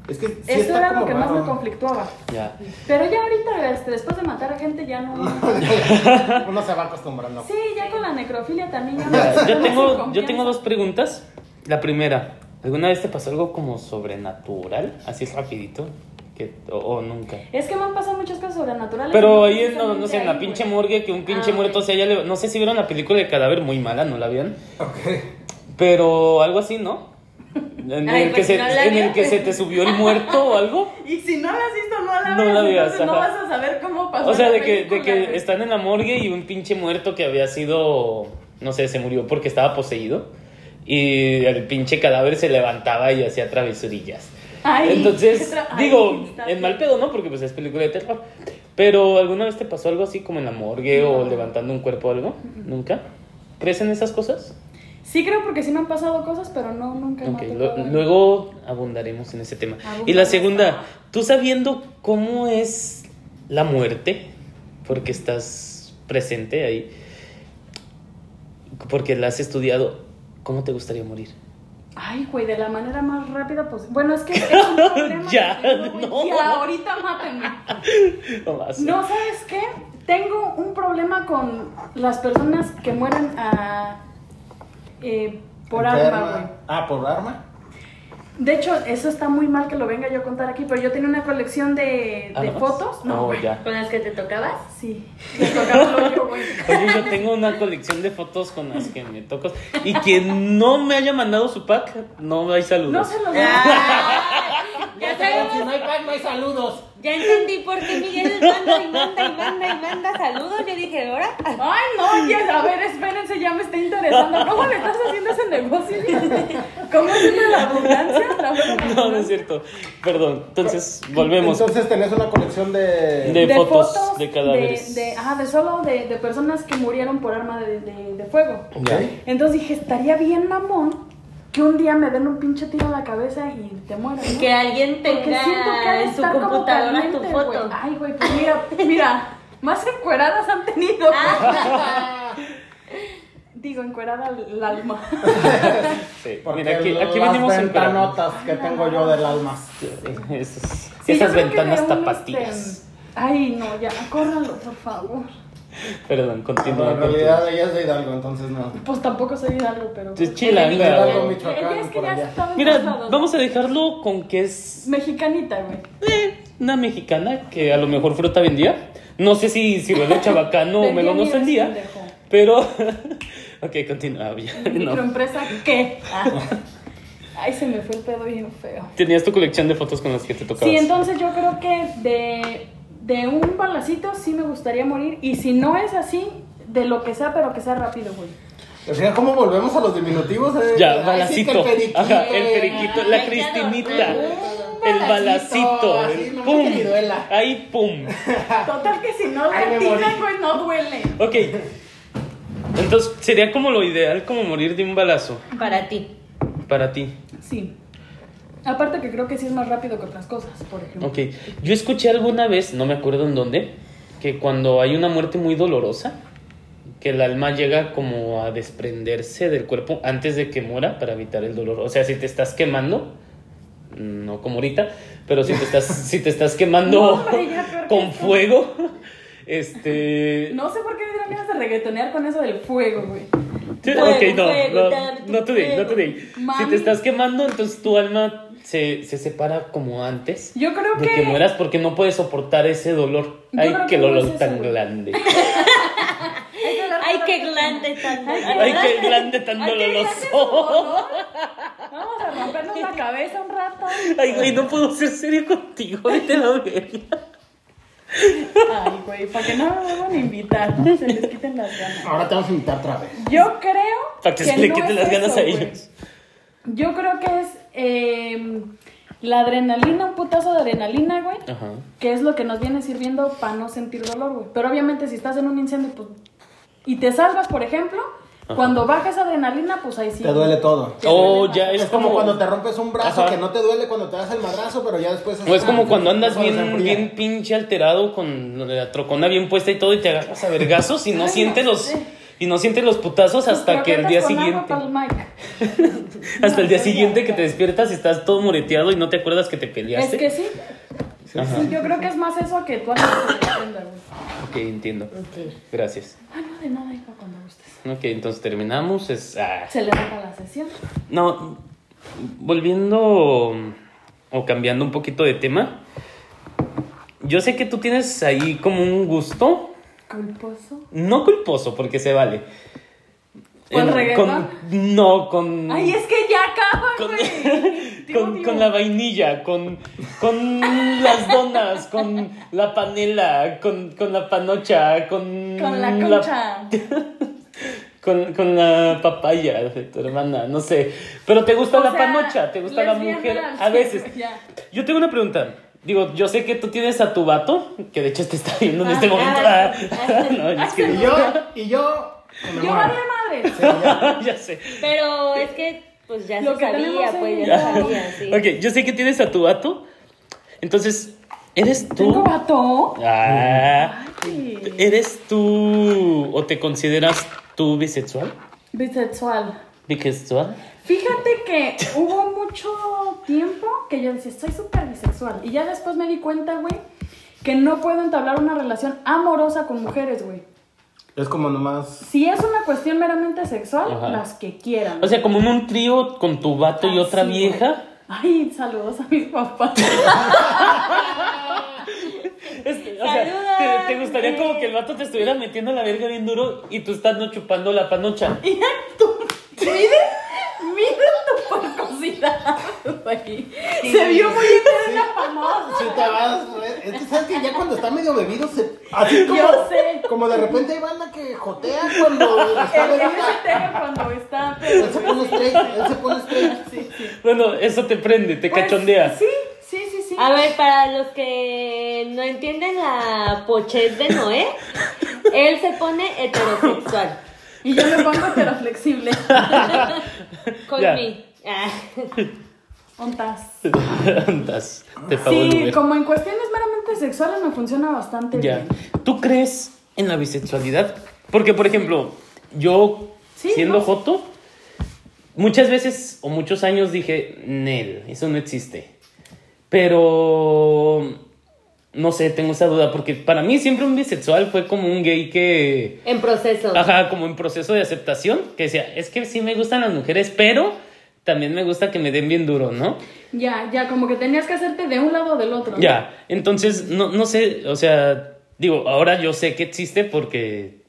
[SPEAKER 3] Es que sí
[SPEAKER 4] Eso
[SPEAKER 3] está
[SPEAKER 4] era lo
[SPEAKER 3] como
[SPEAKER 4] que más me
[SPEAKER 3] raro.
[SPEAKER 4] conflictuaba.
[SPEAKER 1] Ya.
[SPEAKER 4] Pero ya ahorita, este, después de matar a gente, ya no.
[SPEAKER 3] Uno se va acostumbrando.
[SPEAKER 4] Sí, ya con la necrofilia también. Ya
[SPEAKER 1] Ya,
[SPEAKER 4] no-
[SPEAKER 1] Yo
[SPEAKER 4] no se
[SPEAKER 1] tengo,
[SPEAKER 4] confía.
[SPEAKER 1] yo tengo dos preguntas. La primera, ¿alguna vez te pasó algo como sobrenatural? Así rapidito. Que, o, o nunca.
[SPEAKER 4] Es que me han pasado muchas cosas sobrenaturales.
[SPEAKER 1] Pero
[SPEAKER 4] No
[SPEAKER 1] ahí en, no, no sé, en la
[SPEAKER 4] ahí,
[SPEAKER 1] pinche
[SPEAKER 4] güey.
[SPEAKER 1] morgue, que un pinche
[SPEAKER 2] Ah,
[SPEAKER 1] muerto
[SPEAKER 2] ok.
[SPEAKER 1] se haya... leva- No sé si vieron la película de Cadáver, muy mala, ¿no la vieron? Pero algo así, ¿no? En,
[SPEAKER 2] Ay,
[SPEAKER 1] el, que
[SPEAKER 2] pues,
[SPEAKER 1] se,
[SPEAKER 2] si no la
[SPEAKER 1] en el
[SPEAKER 2] vio,
[SPEAKER 1] que
[SPEAKER 2] pues.
[SPEAKER 1] se te subió el muerto o algo.
[SPEAKER 4] Y si no la has visto, no la,
[SPEAKER 1] No la veas,
[SPEAKER 4] veas, entonces no
[SPEAKER 1] ajá.
[SPEAKER 4] vas a saber cómo pasó.
[SPEAKER 1] O sea,
[SPEAKER 4] la
[SPEAKER 1] de que, de
[SPEAKER 4] película,
[SPEAKER 1] que
[SPEAKER 4] güey.
[SPEAKER 1] están en la morgue y un pinche muerto que había sido, no sé, se murió porque estaba poseído. Y el pinche cadáver se levantaba y hacía travesurillas.
[SPEAKER 4] Ay, qué
[SPEAKER 1] Entonces,
[SPEAKER 4] tra- ay,
[SPEAKER 1] digo,
[SPEAKER 4] está
[SPEAKER 1] en
[SPEAKER 4] bien.
[SPEAKER 1] mal pedo, ¿no? Porque pues es película de terror. Pero ¿alguna vez te pasó algo así como en la morgue o
[SPEAKER 4] No.
[SPEAKER 1] levantando un cuerpo o algo? ¿Nunca? ¿Crees en esas cosas?
[SPEAKER 4] Sí, creo porque sí me han pasado cosas, pero no, nunca me
[SPEAKER 1] Ok,
[SPEAKER 4] ha
[SPEAKER 1] lo-
[SPEAKER 4] tocado.
[SPEAKER 1] luego abundaremos en ese tema. Y la
[SPEAKER 4] Abundaremos.
[SPEAKER 1] segunda, tú sabiendo cómo es la muerte, porque estás presente ahí, porque la has estudiado, ¿cómo te gustaría morir?
[SPEAKER 4] Ay, güey, de la manera más rápida posible. Bueno, es que es un problema. que
[SPEAKER 1] Ya,
[SPEAKER 4] tengo, güey.
[SPEAKER 1] no.
[SPEAKER 4] Ya, ahorita mátenme.
[SPEAKER 1] No, vas.
[SPEAKER 4] No, ¿sabes qué? Tengo un problema con las personas que mueren a, eh, por arma,
[SPEAKER 3] Enferma.
[SPEAKER 4] güey.
[SPEAKER 3] Ah, por arma.
[SPEAKER 4] De hecho, eso está muy mal que lo venga yo a contar aquí, pero yo tenía una colección de, de
[SPEAKER 1] ¿Armas?
[SPEAKER 4] fotos. No,
[SPEAKER 1] Oh,
[SPEAKER 4] güey.
[SPEAKER 1] ya.
[SPEAKER 2] ¿Con las que te tocabas?
[SPEAKER 4] Sí, me tocaba lo yo, güey.
[SPEAKER 1] Oye, yo tengo una colección de fotos con las que me tocas y quien no me haya mandado su pack, no hay saludos.
[SPEAKER 4] No se los
[SPEAKER 2] Ah. ya sabemos,
[SPEAKER 3] hay pan, no hay saludos.
[SPEAKER 2] ya entendí por qué Miguel manda y manda y manda y manda saludos. Yo dije, ahora.
[SPEAKER 4] Ay, no, ya, a ver, espérense, ya me está interesando. ¿Cómo le estás haciendo ese negocio? ¿Cómo es una la abundancia? La
[SPEAKER 1] no,
[SPEAKER 4] buena
[SPEAKER 1] no es
[SPEAKER 4] abundancia.
[SPEAKER 1] cierto. Perdón, entonces volvemos.
[SPEAKER 3] Entonces tenés una colección de.
[SPEAKER 1] De- fotos, de cadáveres.
[SPEAKER 4] de- ajá, de solo de, de personas que murieron por arma de, de- de fuego.
[SPEAKER 1] Ok.
[SPEAKER 4] Entonces dije, estaría bien mamón que un día me den un pinche tiro en la cabeza y te mueras. ¿no?
[SPEAKER 2] Que alguien
[SPEAKER 4] Porque
[SPEAKER 2] tenga
[SPEAKER 4] siento que ha de
[SPEAKER 2] en su
[SPEAKER 4] estar como
[SPEAKER 2] computadora tu
[SPEAKER 4] caliente,
[SPEAKER 2] foto.
[SPEAKER 4] güey. Ay, güey, pues mira, mira, más encueradas han tenido.
[SPEAKER 2] Ah.
[SPEAKER 4] Digo, encuerada el alma.
[SPEAKER 1] Sí,
[SPEAKER 3] Porque
[SPEAKER 1] Mira, aquí, aquí
[SPEAKER 3] las
[SPEAKER 1] venimos en
[SPEAKER 3] ventanotas que tengo yo del alma.
[SPEAKER 1] Esas,
[SPEAKER 4] Sí,
[SPEAKER 1] esas
[SPEAKER 4] yo creo que de
[SPEAKER 1] ventanas
[SPEAKER 4] un,
[SPEAKER 1] tapatías.
[SPEAKER 4] este, Ay, no, ya, córralo, por favor.
[SPEAKER 1] Perdón, continúa.
[SPEAKER 3] Ah, en realidad ella es de Hidalgo, entonces no.
[SPEAKER 4] Pues tampoco soy hidalgo, pero...
[SPEAKER 1] Es
[SPEAKER 3] Hidalgo,
[SPEAKER 1] chilanga. güey.
[SPEAKER 3] Michoacán,
[SPEAKER 4] Ella es que
[SPEAKER 3] por
[SPEAKER 4] ya
[SPEAKER 3] allá.
[SPEAKER 4] estaba en
[SPEAKER 1] Mira,
[SPEAKER 4] todos lados.
[SPEAKER 1] vamos a dejarlo con que es
[SPEAKER 4] Mexicanita, güey.
[SPEAKER 1] una mexicana que a lo mejor fruta vendía. No sé si ciruelo chabacano o
[SPEAKER 4] Vendía
[SPEAKER 1] melón no
[SPEAKER 4] nieves,
[SPEAKER 1] vendía.
[SPEAKER 4] pendejo.
[SPEAKER 1] Pero. ok, continúa. ya, No.
[SPEAKER 4] Microempresa, ¿qué? Ah. Ay, se me fue el pedo bien feo.
[SPEAKER 1] Tenías tu colección de fotos con las que te tocabas.
[SPEAKER 4] Sí, entonces yo creo que de, de un balacito sí me gustaría morir. Y si no es así, de lo que sea, pero que sea rápido, güey.
[SPEAKER 3] Al final, ¿cómo volvemos a los diminutivos? eh?
[SPEAKER 1] Ya,
[SPEAKER 3] Ay, sí,
[SPEAKER 1] balacito.
[SPEAKER 3] que el periquito.
[SPEAKER 1] Ajá, el periquito, la cristinita. El balacito.
[SPEAKER 3] así,
[SPEAKER 1] el
[SPEAKER 3] nomás
[SPEAKER 1] pum.
[SPEAKER 3] que ni duela.
[SPEAKER 1] Ahí, pum.
[SPEAKER 4] Total que si no
[SPEAKER 3] Ay, me
[SPEAKER 4] la tiran,
[SPEAKER 3] morí.
[SPEAKER 4] güey, no duele.
[SPEAKER 1] Ok. Entonces, sería como lo ideal, como morir de un balazo
[SPEAKER 2] Para ti.
[SPEAKER 1] para ti.
[SPEAKER 4] Sí. Aparte que creo que sí es más rápido que otras cosas, por ejemplo.
[SPEAKER 1] Ok. Yo escuché alguna vez, no me acuerdo en dónde, que cuando hay una muerte muy dolorosa, que el alma llega como a desprenderse del cuerpo antes de que muera para evitar el dolor. O sea, si te estás quemando, no como ahorita, pero si te estás, si te estás quemando
[SPEAKER 4] No, hombre, ya peor que
[SPEAKER 1] con
[SPEAKER 4] esto.
[SPEAKER 1] fuego, este...
[SPEAKER 4] No sé por qué me dieron ganas de reggaetonear con eso del fuego, güey.
[SPEAKER 1] Sí,
[SPEAKER 2] Fuego,
[SPEAKER 1] ok, no,
[SPEAKER 2] fuego,
[SPEAKER 1] no,
[SPEAKER 2] dame tu
[SPEAKER 1] no today, no
[SPEAKER 2] fuego.
[SPEAKER 1] today. Si
[SPEAKER 4] Mami.
[SPEAKER 1] te estás quemando, entonces tu alma se, se separa como antes
[SPEAKER 4] Yo creo
[SPEAKER 1] de que
[SPEAKER 4] que.
[SPEAKER 1] mueras porque no puedes soportar ese dolor.
[SPEAKER 4] Yo
[SPEAKER 1] Ay,
[SPEAKER 4] creo
[SPEAKER 1] qué
[SPEAKER 4] que no
[SPEAKER 1] dolor
[SPEAKER 4] es
[SPEAKER 1] tan
[SPEAKER 4] eso.
[SPEAKER 1] grande.
[SPEAKER 4] hay que hablar
[SPEAKER 2] Ay,
[SPEAKER 4] con
[SPEAKER 2] qué
[SPEAKER 4] la-
[SPEAKER 2] glande tan
[SPEAKER 1] Ay, qué grande tan
[SPEAKER 4] Ay, qué
[SPEAKER 1] doloroso.
[SPEAKER 4] Vamos a rompernos la cabeza un rato.
[SPEAKER 1] Ay, güey, no puedo ser serio contigo. Vete a la verga.
[SPEAKER 4] Ay, güey, para que no me vuelvan a invitar. Se les quiten las ganas.
[SPEAKER 3] Ahora te vamos a invitar otra vez.
[SPEAKER 4] Yo creo.
[SPEAKER 1] Para que se le
[SPEAKER 4] no
[SPEAKER 1] quiten
[SPEAKER 4] es
[SPEAKER 1] las ganas
[SPEAKER 4] eso,
[SPEAKER 1] a
[SPEAKER 4] güey.
[SPEAKER 1] ellos.
[SPEAKER 4] Yo creo que es eh, la adrenalina, un putazo de adrenalina, güey.
[SPEAKER 1] Ajá.
[SPEAKER 4] Que es lo que nos viene sirviendo para no sentir dolor, güey. Pero obviamente si estás en un incendio pues, y te salvas, por ejemplo,
[SPEAKER 1] Ajá.
[SPEAKER 4] cuando baja esa adrenalina, pues ahí sí.
[SPEAKER 3] Te duele todo.
[SPEAKER 4] Te
[SPEAKER 1] Oh,
[SPEAKER 4] duele
[SPEAKER 1] ya
[SPEAKER 4] más.
[SPEAKER 1] es,
[SPEAKER 3] Es como cuando te rompes un brazo
[SPEAKER 1] Ajá.
[SPEAKER 3] que no te duele cuando te das el madrazo, pero ya después.
[SPEAKER 1] O es como cuando andas
[SPEAKER 3] cuando se
[SPEAKER 1] bien,
[SPEAKER 3] enfría.
[SPEAKER 1] bien pinche alterado con lo de la trocona bien puesta y todo y te agarras a vergazos y no sientes los y no sientes los putazos hasta
[SPEAKER 4] Pero
[SPEAKER 1] que el
[SPEAKER 4] cuentas
[SPEAKER 1] día
[SPEAKER 4] pues, con agua
[SPEAKER 1] siguiente,
[SPEAKER 4] pa'l Mike.
[SPEAKER 1] hasta el día
[SPEAKER 4] No,
[SPEAKER 1] siguiente
[SPEAKER 4] ya,
[SPEAKER 1] que
[SPEAKER 4] ya.
[SPEAKER 1] te despiertas y estás todo moreteado y no te acuerdas que te peleaste.
[SPEAKER 4] Es que sí.
[SPEAKER 1] Ajá.
[SPEAKER 4] Sí, Yo creo que es más eso que tú haces en la tienda, güey.
[SPEAKER 1] Ok, entiendo. Gracias.
[SPEAKER 4] Ah, no, de nada, hijo, cuando gustes.
[SPEAKER 1] Ok, entonces terminamos. Es, ah.
[SPEAKER 4] Se le deja la sesión.
[SPEAKER 1] No, volviendo o cambiando un poquito de tema. Yo sé que tú tienes ahí como un gusto
[SPEAKER 4] Culposo.
[SPEAKER 1] No culposo, porque se vale.
[SPEAKER 4] ¿Con
[SPEAKER 1] En-
[SPEAKER 4] reggaetón?
[SPEAKER 1] con- no, con.
[SPEAKER 4] Ay, es que ya acaba,
[SPEAKER 1] Mm. con,
[SPEAKER 4] güey. Te
[SPEAKER 1] con,
[SPEAKER 4] odio.
[SPEAKER 1] con la vainilla, con, con las donas, con la panela, con, con la panocha, con.
[SPEAKER 4] Con la concha.
[SPEAKER 1] con, con la papaya de tu hermana, no sé. Pero te gusta
[SPEAKER 4] O
[SPEAKER 1] la
[SPEAKER 4] sea,
[SPEAKER 1] panocha, te gusta la
[SPEAKER 4] lesbiana,
[SPEAKER 1] mujer.
[SPEAKER 4] sí,
[SPEAKER 1] A veces.
[SPEAKER 4] ya.
[SPEAKER 1] Yo tengo una pregunta. Digo, yo sé que tú tienes a tu vato, que de hecho te está viendo en este
[SPEAKER 2] Ah,
[SPEAKER 1] momento.
[SPEAKER 2] ah,
[SPEAKER 1] Ah, no, es que-
[SPEAKER 3] Y yo, y yo. me
[SPEAKER 4] Yo
[SPEAKER 3] muero.
[SPEAKER 4] vale madre.
[SPEAKER 3] Sí, ya.
[SPEAKER 1] ya sé.
[SPEAKER 2] Pero es que, pues ya
[SPEAKER 4] Lo
[SPEAKER 2] se
[SPEAKER 4] que
[SPEAKER 2] sabía,
[SPEAKER 4] tenemos
[SPEAKER 2] pues
[SPEAKER 4] es-
[SPEAKER 2] ya se sabía, sí.
[SPEAKER 1] Ok, yo sé que tienes a tu vato. Entonces, ¿eres
[SPEAKER 4] ¿Tengo
[SPEAKER 1] tú?
[SPEAKER 4] vato?
[SPEAKER 1] Ah,
[SPEAKER 4] Ay,
[SPEAKER 1] ¿Eres tú o te consideras tú bisexual?
[SPEAKER 4] bisexual.
[SPEAKER 1] ¿Bisexual?
[SPEAKER 4] Fíjate que hubo mucho tiempo que yo decía, soy súper bisexual. Y ya después me di cuenta, güey, que no puedo entablar una relación amorosa con mujeres, güey.
[SPEAKER 3] Es como nomás.
[SPEAKER 4] Si es una cuestión meramente sexual,
[SPEAKER 1] Ajá.
[SPEAKER 4] las que quieran.
[SPEAKER 1] O sea, como en un trío con tu vato y otra
[SPEAKER 4] Sí, güey.
[SPEAKER 1] vieja.
[SPEAKER 4] Ay, saludos a mis papás.
[SPEAKER 1] Es- o sea,
[SPEAKER 2] Saluda.
[SPEAKER 1] te, te gustaría como que el vato te estuviera metiendo la verga bien duro y tú estás no chupando la panocha.
[SPEAKER 4] Mira tú, miren, miren tu porcosidad aquí. Se vio muy eterna famosa.
[SPEAKER 3] Si te vas, es que sabes que ya cuando está medio bebido se. Así como.
[SPEAKER 4] Yo sé.
[SPEAKER 3] Como de repente hay banda que jotea cuando está
[SPEAKER 4] El que se
[SPEAKER 3] bebida.
[SPEAKER 4] entera cuando está. pero-
[SPEAKER 3] Él se pone straight, él se pone straight.
[SPEAKER 1] Bueno, eso te prende, te
[SPEAKER 4] Pues,
[SPEAKER 1] cachondea.
[SPEAKER 4] Sí, sí, sí, sí.
[SPEAKER 2] A ver, para los que no entienden la pochez de Noé, él se pone heterosexual.
[SPEAKER 4] Y yo me pongo heteroflexible.
[SPEAKER 2] Con
[SPEAKER 1] Ya.
[SPEAKER 2] mí. Ah.
[SPEAKER 4] Ontas.
[SPEAKER 1] Andas, te pago el
[SPEAKER 4] Sí,
[SPEAKER 1] Uber.
[SPEAKER 4] como en cuestiones meramente sexuales me funciona bastante
[SPEAKER 1] Ya.
[SPEAKER 4] bien.
[SPEAKER 1] ¿Tú crees en la bisexualidad? Porque, por ejemplo, yo,
[SPEAKER 4] Sí,
[SPEAKER 1] siendo
[SPEAKER 4] no.
[SPEAKER 1] joto, muchas veces o muchos años dije, Nel, eso no existe. Pero, no sé, tengo esa duda, porque para mí siempre un bisexual fue como un gay que...
[SPEAKER 2] En proceso.
[SPEAKER 1] Ajá, como en proceso de aceptación, que decía, es que sí me gustan las mujeres, pero también me gusta que me den bien duro, ¿no?
[SPEAKER 4] Ya, ya, como que tenías que hacerte de un lado o del otro. ¿no?
[SPEAKER 1] Ya, entonces, no, no sé, o sea, digo, ahora yo sé que existe porque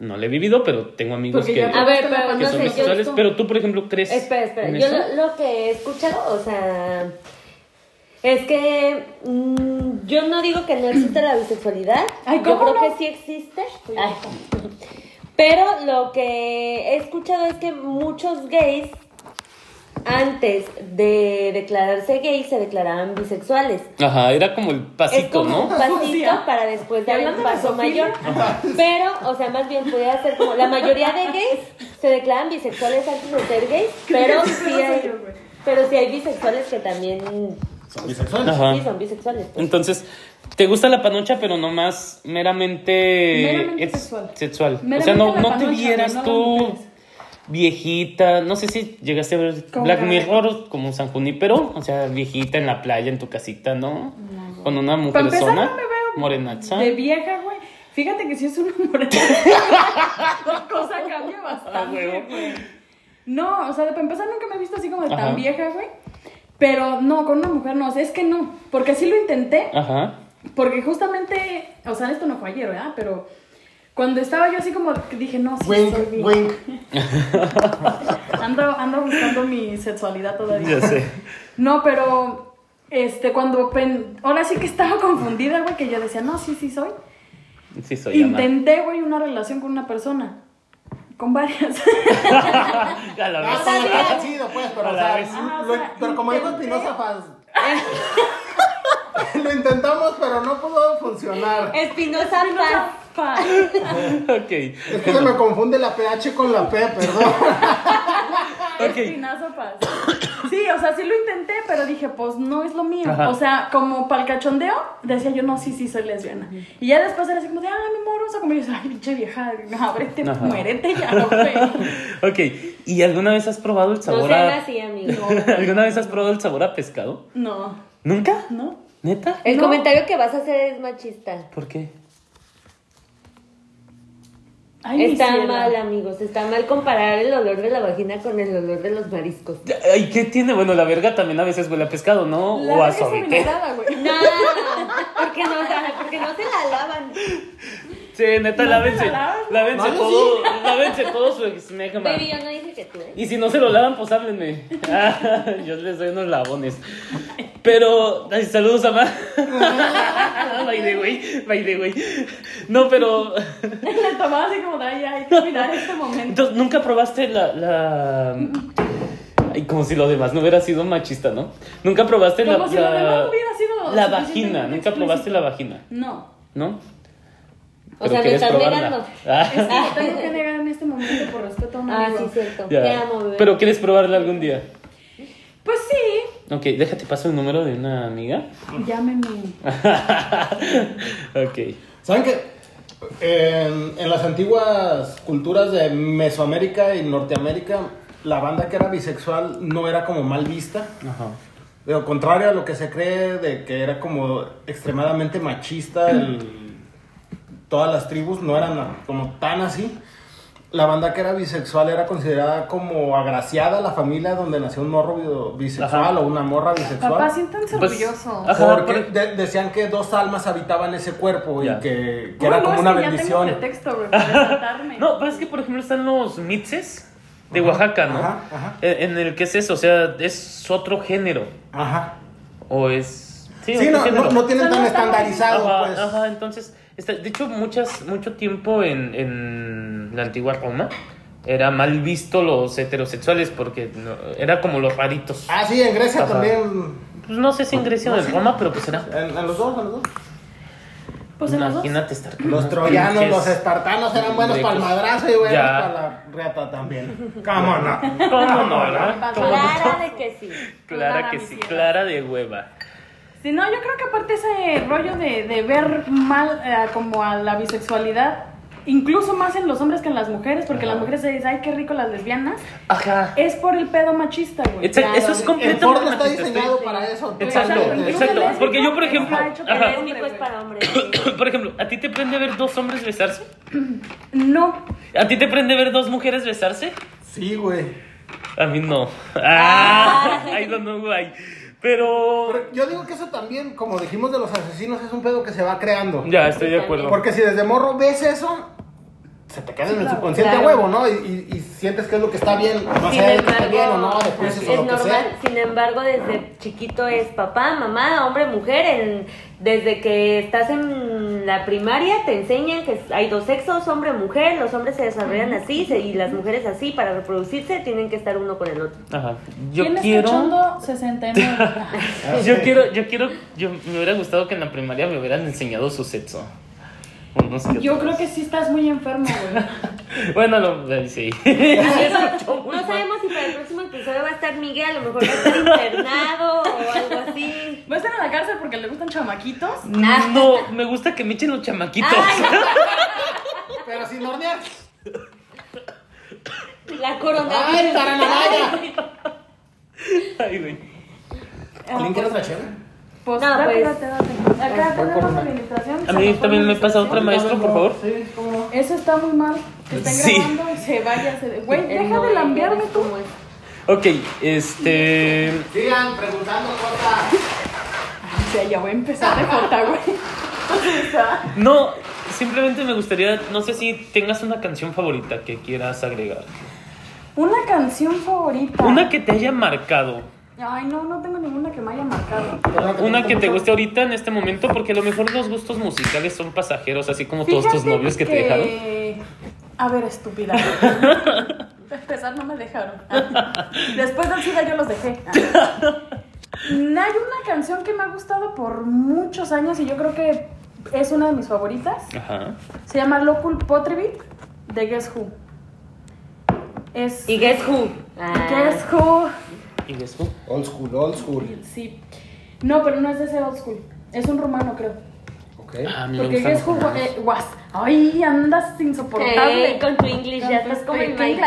[SPEAKER 1] no lo he vivido, pero tengo amigos
[SPEAKER 4] Porque
[SPEAKER 1] que,
[SPEAKER 4] ya
[SPEAKER 2] A ver, pero
[SPEAKER 1] que
[SPEAKER 2] no
[SPEAKER 1] son
[SPEAKER 2] sé, yo
[SPEAKER 1] bisexuales.
[SPEAKER 2] esto-
[SPEAKER 1] Pero tú, por ejemplo, crees.
[SPEAKER 2] Espera, espera.
[SPEAKER 1] en
[SPEAKER 2] Yo
[SPEAKER 1] eso?
[SPEAKER 2] lo, lo que he escuchado, o sea, es que mm, yo no digo que no existe la bisexualidad.
[SPEAKER 4] Ay,
[SPEAKER 2] yo
[SPEAKER 4] ¿cómo
[SPEAKER 2] creo
[SPEAKER 4] no?
[SPEAKER 2] que sí existe. Ay. Pero lo que he escuchado es que muchos gays antes de declararse gays se declaraban bisexuales.
[SPEAKER 1] Ajá, era como el
[SPEAKER 2] Es
[SPEAKER 1] pasito,
[SPEAKER 2] como un
[SPEAKER 1] ¿no?
[SPEAKER 2] pasito
[SPEAKER 4] Sucia.
[SPEAKER 2] para después dar el
[SPEAKER 4] Hablando de
[SPEAKER 2] paso
[SPEAKER 4] Sofía.
[SPEAKER 2] mayor. Pero, o sea, más bien pudiera ser como la mayoría de gays se declaran bisexuales antes de ser gays, pero sí hay, pero sí hay bisexuales que también
[SPEAKER 3] Son bisexuales.
[SPEAKER 1] Ajá.
[SPEAKER 2] sí son bisexuales. pues.
[SPEAKER 1] Entonces, te gusta la panocha, pero nomás meramente.
[SPEAKER 4] Meramente
[SPEAKER 1] es-
[SPEAKER 4] sexual.
[SPEAKER 1] sexual. o sea,
[SPEAKER 4] Meramente
[SPEAKER 1] no,
[SPEAKER 4] la
[SPEAKER 1] no te
[SPEAKER 4] panocha, güey,
[SPEAKER 1] vieras
[SPEAKER 4] no las
[SPEAKER 1] tú.
[SPEAKER 4] mujeres.
[SPEAKER 1] Viejita, no sé si llegaste a ver
[SPEAKER 4] Como
[SPEAKER 1] Black
[SPEAKER 4] la-
[SPEAKER 1] Mirror como San Junípero, o sea, viejita en la playa, en tu casita, ¿no?
[SPEAKER 4] No, güey.
[SPEAKER 1] Con una
[SPEAKER 4] Para empezar,
[SPEAKER 1] mujerzona
[SPEAKER 4] no me veo
[SPEAKER 1] morenaza.
[SPEAKER 4] De vieja, güey. Fíjate que si es una morena, la cosa cambia
[SPEAKER 1] Ah, huevo.
[SPEAKER 4] bastante, güey. No, o sea, de para empezar nunca me he visto así como de tan
[SPEAKER 1] Ajá.
[SPEAKER 4] vieja, güey. Pero no, con una mujer no, o sea, es que no. Porque así lo intenté,
[SPEAKER 1] Ajá.
[SPEAKER 4] porque justamente, o sea, esto no fue ayer, ¿verdad? Pero cuando estaba yo así como que dije, no, sí,
[SPEAKER 3] Wink,
[SPEAKER 4] soy bi.
[SPEAKER 3] wink.
[SPEAKER 4] Ando, ando buscando mi sexualidad todavía.
[SPEAKER 1] Ya sé.
[SPEAKER 4] No, pero este, cuando pen- ahora sí que estaba confundida, güey, que yo decía, no, sí, sí soy.
[SPEAKER 1] Sí, soy Ana.
[SPEAKER 4] Intenté, güey, una relación con una persona. Con varias.
[SPEAKER 1] Ya la
[SPEAKER 3] Ah,
[SPEAKER 1] ves.
[SPEAKER 3] sí, ah, chido, pues, pero, o
[SPEAKER 1] A la
[SPEAKER 3] sea,
[SPEAKER 1] vez.
[SPEAKER 4] Ah, o
[SPEAKER 3] lo-
[SPEAKER 4] sea,
[SPEAKER 3] pero como dijo
[SPEAKER 4] intenté.
[SPEAKER 3] Espinosa Paz. Lo intentamos, pero no pudo funcionar.
[SPEAKER 2] Espinosa Paz.
[SPEAKER 4] Pa.
[SPEAKER 1] Ok.
[SPEAKER 3] Es que se me confunde la PH con la P, perdón.
[SPEAKER 1] Ok.
[SPEAKER 4] Espinazo pas. Sí, o sea, sí lo intenté, pero dije, pues no es lo mío.
[SPEAKER 1] Ajá.
[SPEAKER 4] O sea, como para el cachondeo, decía yo, no, sí, sí, soy lesbiana. Y ya después era así como de, ah, mi amor, vamos a comer. Y yo, ay, pinche vieja, ábrete,
[SPEAKER 1] Ajá.
[SPEAKER 4] muérete ya, güey.
[SPEAKER 1] Ok. ¿Y alguna vez has probado el
[SPEAKER 2] No
[SPEAKER 1] sabor
[SPEAKER 2] sean
[SPEAKER 1] a.
[SPEAKER 2] así, amigo.
[SPEAKER 1] ¿Alguna vez has probado el sabor a pescado?
[SPEAKER 4] No,
[SPEAKER 1] ¿Nunca?
[SPEAKER 4] no.
[SPEAKER 1] ¿Neta?
[SPEAKER 2] El
[SPEAKER 4] No.
[SPEAKER 2] comentario que vas a hacer es machista.
[SPEAKER 1] ¿Por qué?
[SPEAKER 4] Ay, mi
[SPEAKER 2] está
[SPEAKER 4] cielo.
[SPEAKER 2] mal, amigos. Está mal comparar el olor de la vagina con el olor de los mariscos.
[SPEAKER 1] Ay, ¿qué tiene? Bueno, la verga también a veces huele a pescado, ¿no?
[SPEAKER 4] La
[SPEAKER 1] o a
[SPEAKER 4] verga está
[SPEAKER 1] sorbete.
[SPEAKER 4] envenenada, güey.
[SPEAKER 2] No, porque no, porque no se la lavan.
[SPEAKER 1] Sí, neta,
[SPEAKER 4] ¿No
[SPEAKER 1] lávense.
[SPEAKER 4] te la lavas?
[SPEAKER 1] Lávense
[SPEAKER 3] No, yo
[SPEAKER 1] todo. Lávense todo su esmegma.
[SPEAKER 2] Baby, yo no dije que tú, ¿eh?
[SPEAKER 1] Y si no se lo lavan, pues háblenme. Ah, yo les doy unos labones. Pero, ay, saludos a Ma. By the way, by the way. No, pero.
[SPEAKER 4] La tomaba así como de, ay, hay que mirar este momento.
[SPEAKER 1] Entonces, ¿nunca probaste la. la... Ay, como si lo demás no hubiera sido machista, ¿no? ¿Nunca probaste la.
[SPEAKER 4] Como si lo
[SPEAKER 1] la-
[SPEAKER 4] demás hubiera sido
[SPEAKER 1] La
[SPEAKER 4] suficientemente
[SPEAKER 1] vagina. ¿Nunca probaste
[SPEAKER 4] explícito.
[SPEAKER 1] la vagina?
[SPEAKER 4] No.
[SPEAKER 1] ¿No?
[SPEAKER 2] O sea, me
[SPEAKER 1] quieres
[SPEAKER 2] estás
[SPEAKER 1] probarla.
[SPEAKER 2] negando.
[SPEAKER 1] Ah.
[SPEAKER 4] Es que lo tengo que negar en este momento por respeto a un
[SPEAKER 2] Ah,
[SPEAKER 4] amigo.
[SPEAKER 2] sí, cierto.
[SPEAKER 1] Ya.
[SPEAKER 2] Te amo, bebé.
[SPEAKER 1] Pero quieres probarla algún día.
[SPEAKER 4] Pues sí.
[SPEAKER 1] Ok, déjate paso el número de una amiga.
[SPEAKER 4] Llámeme.
[SPEAKER 1] ok.
[SPEAKER 3] ¿Saben qué? En, en las antiguas culturas de Mesoamérica y Norteamérica, la banda que era bisexual no era como mal vista.
[SPEAKER 1] Ajá.
[SPEAKER 3] De lo contrario a lo que se cree de que era como extremadamente machista, el- todas las tribus no eran como tan así. La banda que era bisexual era considerada como agraciada la familia donde nació un morro bi- bisexual
[SPEAKER 1] Ajá.
[SPEAKER 3] o una morra bisexual.
[SPEAKER 4] Papá, siéntanse
[SPEAKER 1] Pues-
[SPEAKER 4] orgullosos.
[SPEAKER 1] Ah,
[SPEAKER 3] Porque
[SPEAKER 1] por-
[SPEAKER 3] de- decían que dos almas habitaban ese cuerpo
[SPEAKER 1] Ya.
[SPEAKER 3] y que, que
[SPEAKER 4] Uy,
[SPEAKER 3] era
[SPEAKER 4] no,
[SPEAKER 3] como
[SPEAKER 4] es
[SPEAKER 3] una
[SPEAKER 4] que
[SPEAKER 3] bendición.
[SPEAKER 4] Ya tengo pretexto, güey, para saltarme.
[SPEAKER 1] No, pero es que por ejemplo están los mitzes de Oaxaca, ¿no?
[SPEAKER 3] ajá, ajá.
[SPEAKER 1] Eh, En el que es eso, o sea, es otro género.
[SPEAKER 3] Ajá.
[SPEAKER 1] O es.
[SPEAKER 3] Sí,
[SPEAKER 1] otro
[SPEAKER 3] no,
[SPEAKER 1] género.
[SPEAKER 3] no, no tienen
[SPEAKER 4] No, no
[SPEAKER 3] tan
[SPEAKER 4] está mal.
[SPEAKER 3] estandarizado,
[SPEAKER 1] Ajá,
[SPEAKER 3] pues.
[SPEAKER 1] ajá, entonces, está- de hecho, muchas, mucho tiempo en, en la antigua Roma era mal visto los heterosexuales porque no- era como los raritos.
[SPEAKER 3] Ah, sí, en Grecia
[SPEAKER 1] Ajá.
[SPEAKER 3] también.
[SPEAKER 1] Pues no sé si en Grecia o en Roma, pero pues era.
[SPEAKER 3] En, en los dos, en los dos.
[SPEAKER 4] Pues en los dos.
[SPEAKER 1] Imagínate estar con
[SPEAKER 3] Los
[SPEAKER 1] unos
[SPEAKER 3] troyanos,
[SPEAKER 1] pinches-
[SPEAKER 3] los espartanos eran buenos para el
[SPEAKER 1] Ricos.
[SPEAKER 3] madrazo y buenos
[SPEAKER 1] Ya.
[SPEAKER 3] para la reata también. ¿Cómo no?
[SPEAKER 1] ¿Cómo no, verdad? ¿Cómo no?
[SPEAKER 2] Clara de que sí.
[SPEAKER 1] Clara que sí, clara de hueva.
[SPEAKER 4] Sí, no, yo creo que aparte ese rollo de, de ver mal eh, como a la bisexualidad, incluso más en los hombres que en las mujeres, porque
[SPEAKER 1] Ajá.
[SPEAKER 4] las mujeres se dicen, ay, qué rico las lesbianas,
[SPEAKER 1] Ajá.
[SPEAKER 4] es por el pedo machista, güey.
[SPEAKER 1] Exacto,
[SPEAKER 2] Claro,
[SPEAKER 1] eso es
[SPEAKER 2] el
[SPEAKER 3] El
[SPEAKER 1] completamente.
[SPEAKER 3] porno está
[SPEAKER 1] machista,
[SPEAKER 3] diseñado
[SPEAKER 1] estoy-
[SPEAKER 3] para eso. tú,
[SPEAKER 1] Exacto,
[SPEAKER 3] desde-
[SPEAKER 4] incluso
[SPEAKER 1] exacto,
[SPEAKER 4] lésbica
[SPEAKER 1] porque yo, por ejemplo,
[SPEAKER 4] está hecho
[SPEAKER 2] El
[SPEAKER 4] para
[SPEAKER 1] ajá.
[SPEAKER 4] hombre,
[SPEAKER 2] lésbico es
[SPEAKER 4] güey.
[SPEAKER 2] para hombres.
[SPEAKER 1] Por ejemplo, ¿a ti te prende ver dos hombres besarse?
[SPEAKER 4] No,
[SPEAKER 1] ¿A ti te prende ver dos mujeres besarse?
[SPEAKER 3] Sí, güey.
[SPEAKER 1] A mí no. Ah, I don't know why. Pero.
[SPEAKER 3] Pero yo digo que eso también, como dijimos de los asesinos, es un pedo que se va creando.
[SPEAKER 1] Ya, estoy de acuerdo.
[SPEAKER 3] Porque si desde morro ves eso, se te queda en el
[SPEAKER 4] claro.
[SPEAKER 3] subconsciente a
[SPEAKER 2] Claro.
[SPEAKER 3] huevo, ¿no? Y, y- y sientes que es lo que está bien, no
[SPEAKER 2] Sin
[SPEAKER 3] sé, está bien o
[SPEAKER 2] embargo,
[SPEAKER 3] no, después
[SPEAKER 2] es
[SPEAKER 3] eso es lo que
[SPEAKER 2] normal.
[SPEAKER 3] sea.
[SPEAKER 2] Sin embargo, desde chiquito es papá, mamá, hombre, mujer. En- desde que estás en la primaria te enseñan que hay dos sexos, hombre, mujer. Los hombres se desarrollan así se- y las mujeres así. Para reproducirse tienen que estar uno con el otro.
[SPEAKER 1] Ajá. Yo
[SPEAKER 4] ¿Quién es
[SPEAKER 1] quiero.
[SPEAKER 4] cachondo? 69.
[SPEAKER 1] Yo quiero, yo quiero, yo me hubiera gustado que en la primaria me hubieran enseñado su sexo. Unos
[SPEAKER 4] Yo
[SPEAKER 1] otros.
[SPEAKER 4] creo que sí estás muy enfermo, güey.
[SPEAKER 1] Bueno, lo, eh, sí.
[SPEAKER 2] No sabemos si para el próximo episodio va a estar Miguel, a lo mejor va a estar internado o algo así.
[SPEAKER 4] Va a estar Pues en la cárcel porque le gustan chamaquitos.
[SPEAKER 1] No, me gusta que me echen los chamaquitos.
[SPEAKER 3] Pero sin hornear.
[SPEAKER 2] La
[SPEAKER 3] ¡Ay,
[SPEAKER 2] coronavirus.
[SPEAKER 3] taranaraya!
[SPEAKER 1] Ay, güey.
[SPEAKER 3] ¿Alguien quiere otra chévere?
[SPEAKER 4] Pues,
[SPEAKER 2] No,
[SPEAKER 4] date,
[SPEAKER 2] pues.
[SPEAKER 4] date, date.
[SPEAKER 3] Voy
[SPEAKER 4] Acá
[SPEAKER 3] por
[SPEAKER 4] tenemos
[SPEAKER 3] una.
[SPEAKER 4] la invitación.
[SPEAKER 1] A mí
[SPEAKER 4] Se
[SPEAKER 1] también
[SPEAKER 4] nos
[SPEAKER 1] me
[SPEAKER 4] fue
[SPEAKER 1] pasa
[SPEAKER 4] la
[SPEAKER 1] otra,
[SPEAKER 4] invitación.
[SPEAKER 1] maestro, por favor.
[SPEAKER 3] Sí, cómo no.
[SPEAKER 4] Eso está muy mal. Que estén
[SPEAKER 1] Sí.
[SPEAKER 4] grabando y se vaya. Se... Güey,
[SPEAKER 2] El
[SPEAKER 4] deja de
[SPEAKER 2] novio,
[SPEAKER 4] lambearme tú.
[SPEAKER 2] ¿cómo es?
[SPEAKER 1] Ok, este.
[SPEAKER 3] Sigan preguntando cosas.
[SPEAKER 4] O sea, ya voy a empezar de cortar, güey.
[SPEAKER 1] No, simplemente me gustaría. No sé si tengas una canción favorita que quieras agregar.
[SPEAKER 4] Una canción favorita.
[SPEAKER 1] Una que te haya marcado.
[SPEAKER 3] Ah,
[SPEAKER 4] Ay, no, no tengo ninguna que me haya marcado.
[SPEAKER 1] Una que te guste ahorita en este momento, porque a lo mejor los gustos musicales son pasajeros, así como todos tus
[SPEAKER 4] Fíjate
[SPEAKER 1] novios que, te dejaron.
[SPEAKER 4] A ver, estúpida. Para empezar, no me dejaron. Después del SIDA yo los dejé. Hay una canción que me ha gustado por muchos años y yo creo que es una de mis favoritas.
[SPEAKER 1] Ajá.
[SPEAKER 4] Se llama Locul Potrivit de Guess Who. Es
[SPEAKER 2] Y guess who. Ah.
[SPEAKER 4] Guess Who.
[SPEAKER 1] ¿Y de eso?
[SPEAKER 3] Old school, old school.
[SPEAKER 4] Sí. No, pero no es de ese old school. Es un rumano, creo.
[SPEAKER 3] Ok.
[SPEAKER 1] Ah, a mí me
[SPEAKER 4] Porque
[SPEAKER 1] gustan
[SPEAKER 4] Guess Who
[SPEAKER 1] los romanos.
[SPEAKER 4] eh, was. Ay, andas insoportable.
[SPEAKER 2] Hey, con tu English ya estás como en
[SPEAKER 4] English.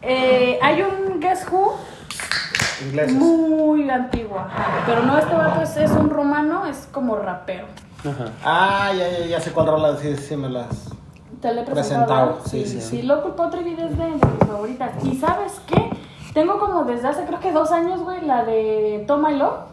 [SPEAKER 4] Eh, hay un Guess Who
[SPEAKER 3] Ingleses.
[SPEAKER 4] muy antiguo, ajá, pero no este vato es, es un romano, es como rapero.
[SPEAKER 1] Ajá.
[SPEAKER 3] Ah, ya, ya, ya sé cuál rola, sí, sí me las.
[SPEAKER 4] Te lo he
[SPEAKER 3] Presentado,
[SPEAKER 4] presentado. ¿verdad?
[SPEAKER 3] sí, sí.
[SPEAKER 4] sí. Loco Potrivi es de mis favoritas. ¿Y sabes qué? Tengo como desde hace creo que dos años, güey, la de Tómalo.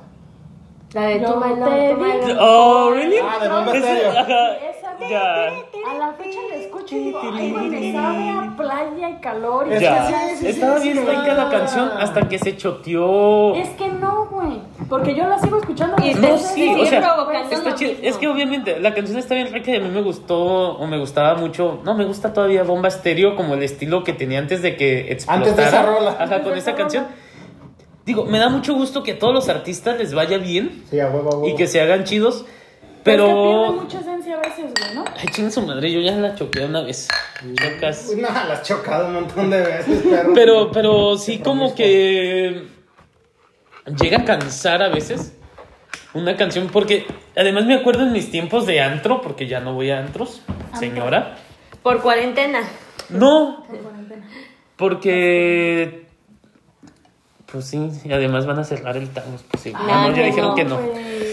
[SPEAKER 2] La de
[SPEAKER 4] Yo
[SPEAKER 2] toma el
[SPEAKER 4] te
[SPEAKER 2] lado, toma el
[SPEAKER 4] vi.
[SPEAKER 2] lado.
[SPEAKER 1] Oh, really?
[SPEAKER 3] Ah, de bomba
[SPEAKER 1] Ese-
[SPEAKER 3] estéreo.
[SPEAKER 1] ajá,
[SPEAKER 4] Esa, güey,
[SPEAKER 1] Ya.
[SPEAKER 4] A la fecha la escucho y digo, ay, güey, me sabe a playa y calor. Y
[SPEAKER 3] Es que
[SPEAKER 1] Ya.
[SPEAKER 3] sí, sí, sí,
[SPEAKER 1] Estaba
[SPEAKER 3] sí,
[SPEAKER 1] bien
[SPEAKER 3] sí,
[SPEAKER 1] rica la
[SPEAKER 3] sí.
[SPEAKER 1] canción hasta que se choteó.
[SPEAKER 4] Es que no, güey. Porque yo la sigo escuchando.
[SPEAKER 2] Y
[SPEAKER 4] desde
[SPEAKER 1] No,
[SPEAKER 4] ese
[SPEAKER 1] sí,
[SPEAKER 4] día.
[SPEAKER 1] o sea,
[SPEAKER 2] provocando
[SPEAKER 1] está
[SPEAKER 2] lo
[SPEAKER 1] chido.
[SPEAKER 2] mismo.
[SPEAKER 1] Es que obviamente la canción está bien rica y a mí me gustó o me gustaba mucho. No, me gusta todavía Bomba Estéreo como el estilo que tenía antes de que explotara.
[SPEAKER 3] Antes de esa rola.
[SPEAKER 1] Ajá,
[SPEAKER 4] Antes
[SPEAKER 1] con
[SPEAKER 4] de
[SPEAKER 1] esa
[SPEAKER 4] esa
[SPEAKER 1] canción.
[SPEAKER 4] rola.
[SPEAKER 1] Digo, me da mucho gusto que a todos los artistas les vaya bien
[SPEAKER 3] Sí, a huevo, a huevo. Pues
[SPEAKER 1] y que se hagan chidos,
[SPEAKER 4] Es que pierde
[SPEAKER 1] pero...
[SPEAKER 4] mucha esencia a veces, güey, ¿no?
[SPEAKER 1] Ay, chinga su madre, yo ya la choqué una vez. Chocas.
[SPEAKER 3] No, la has chocado un montón de veces, perro.
[SPEAKER 1] Pero, pero sí como
[SPEAKER 3] promiscuo.
[SPEAKER 1] que llega a cansar a veces una canción porque además me acuerdo en mis tiempos de antro, porque ya no voy a antros, señora.
[SPEAKER 2] Por cuarentena.
[SPEAKER 1] No, porque pues sí, y además van a cerrar el Tamos, pues sí. Ah, no, ya
[SPEAKER 2] no,
[SPEAKER 1] dijeron que no.
[SPEAKER 4] güey,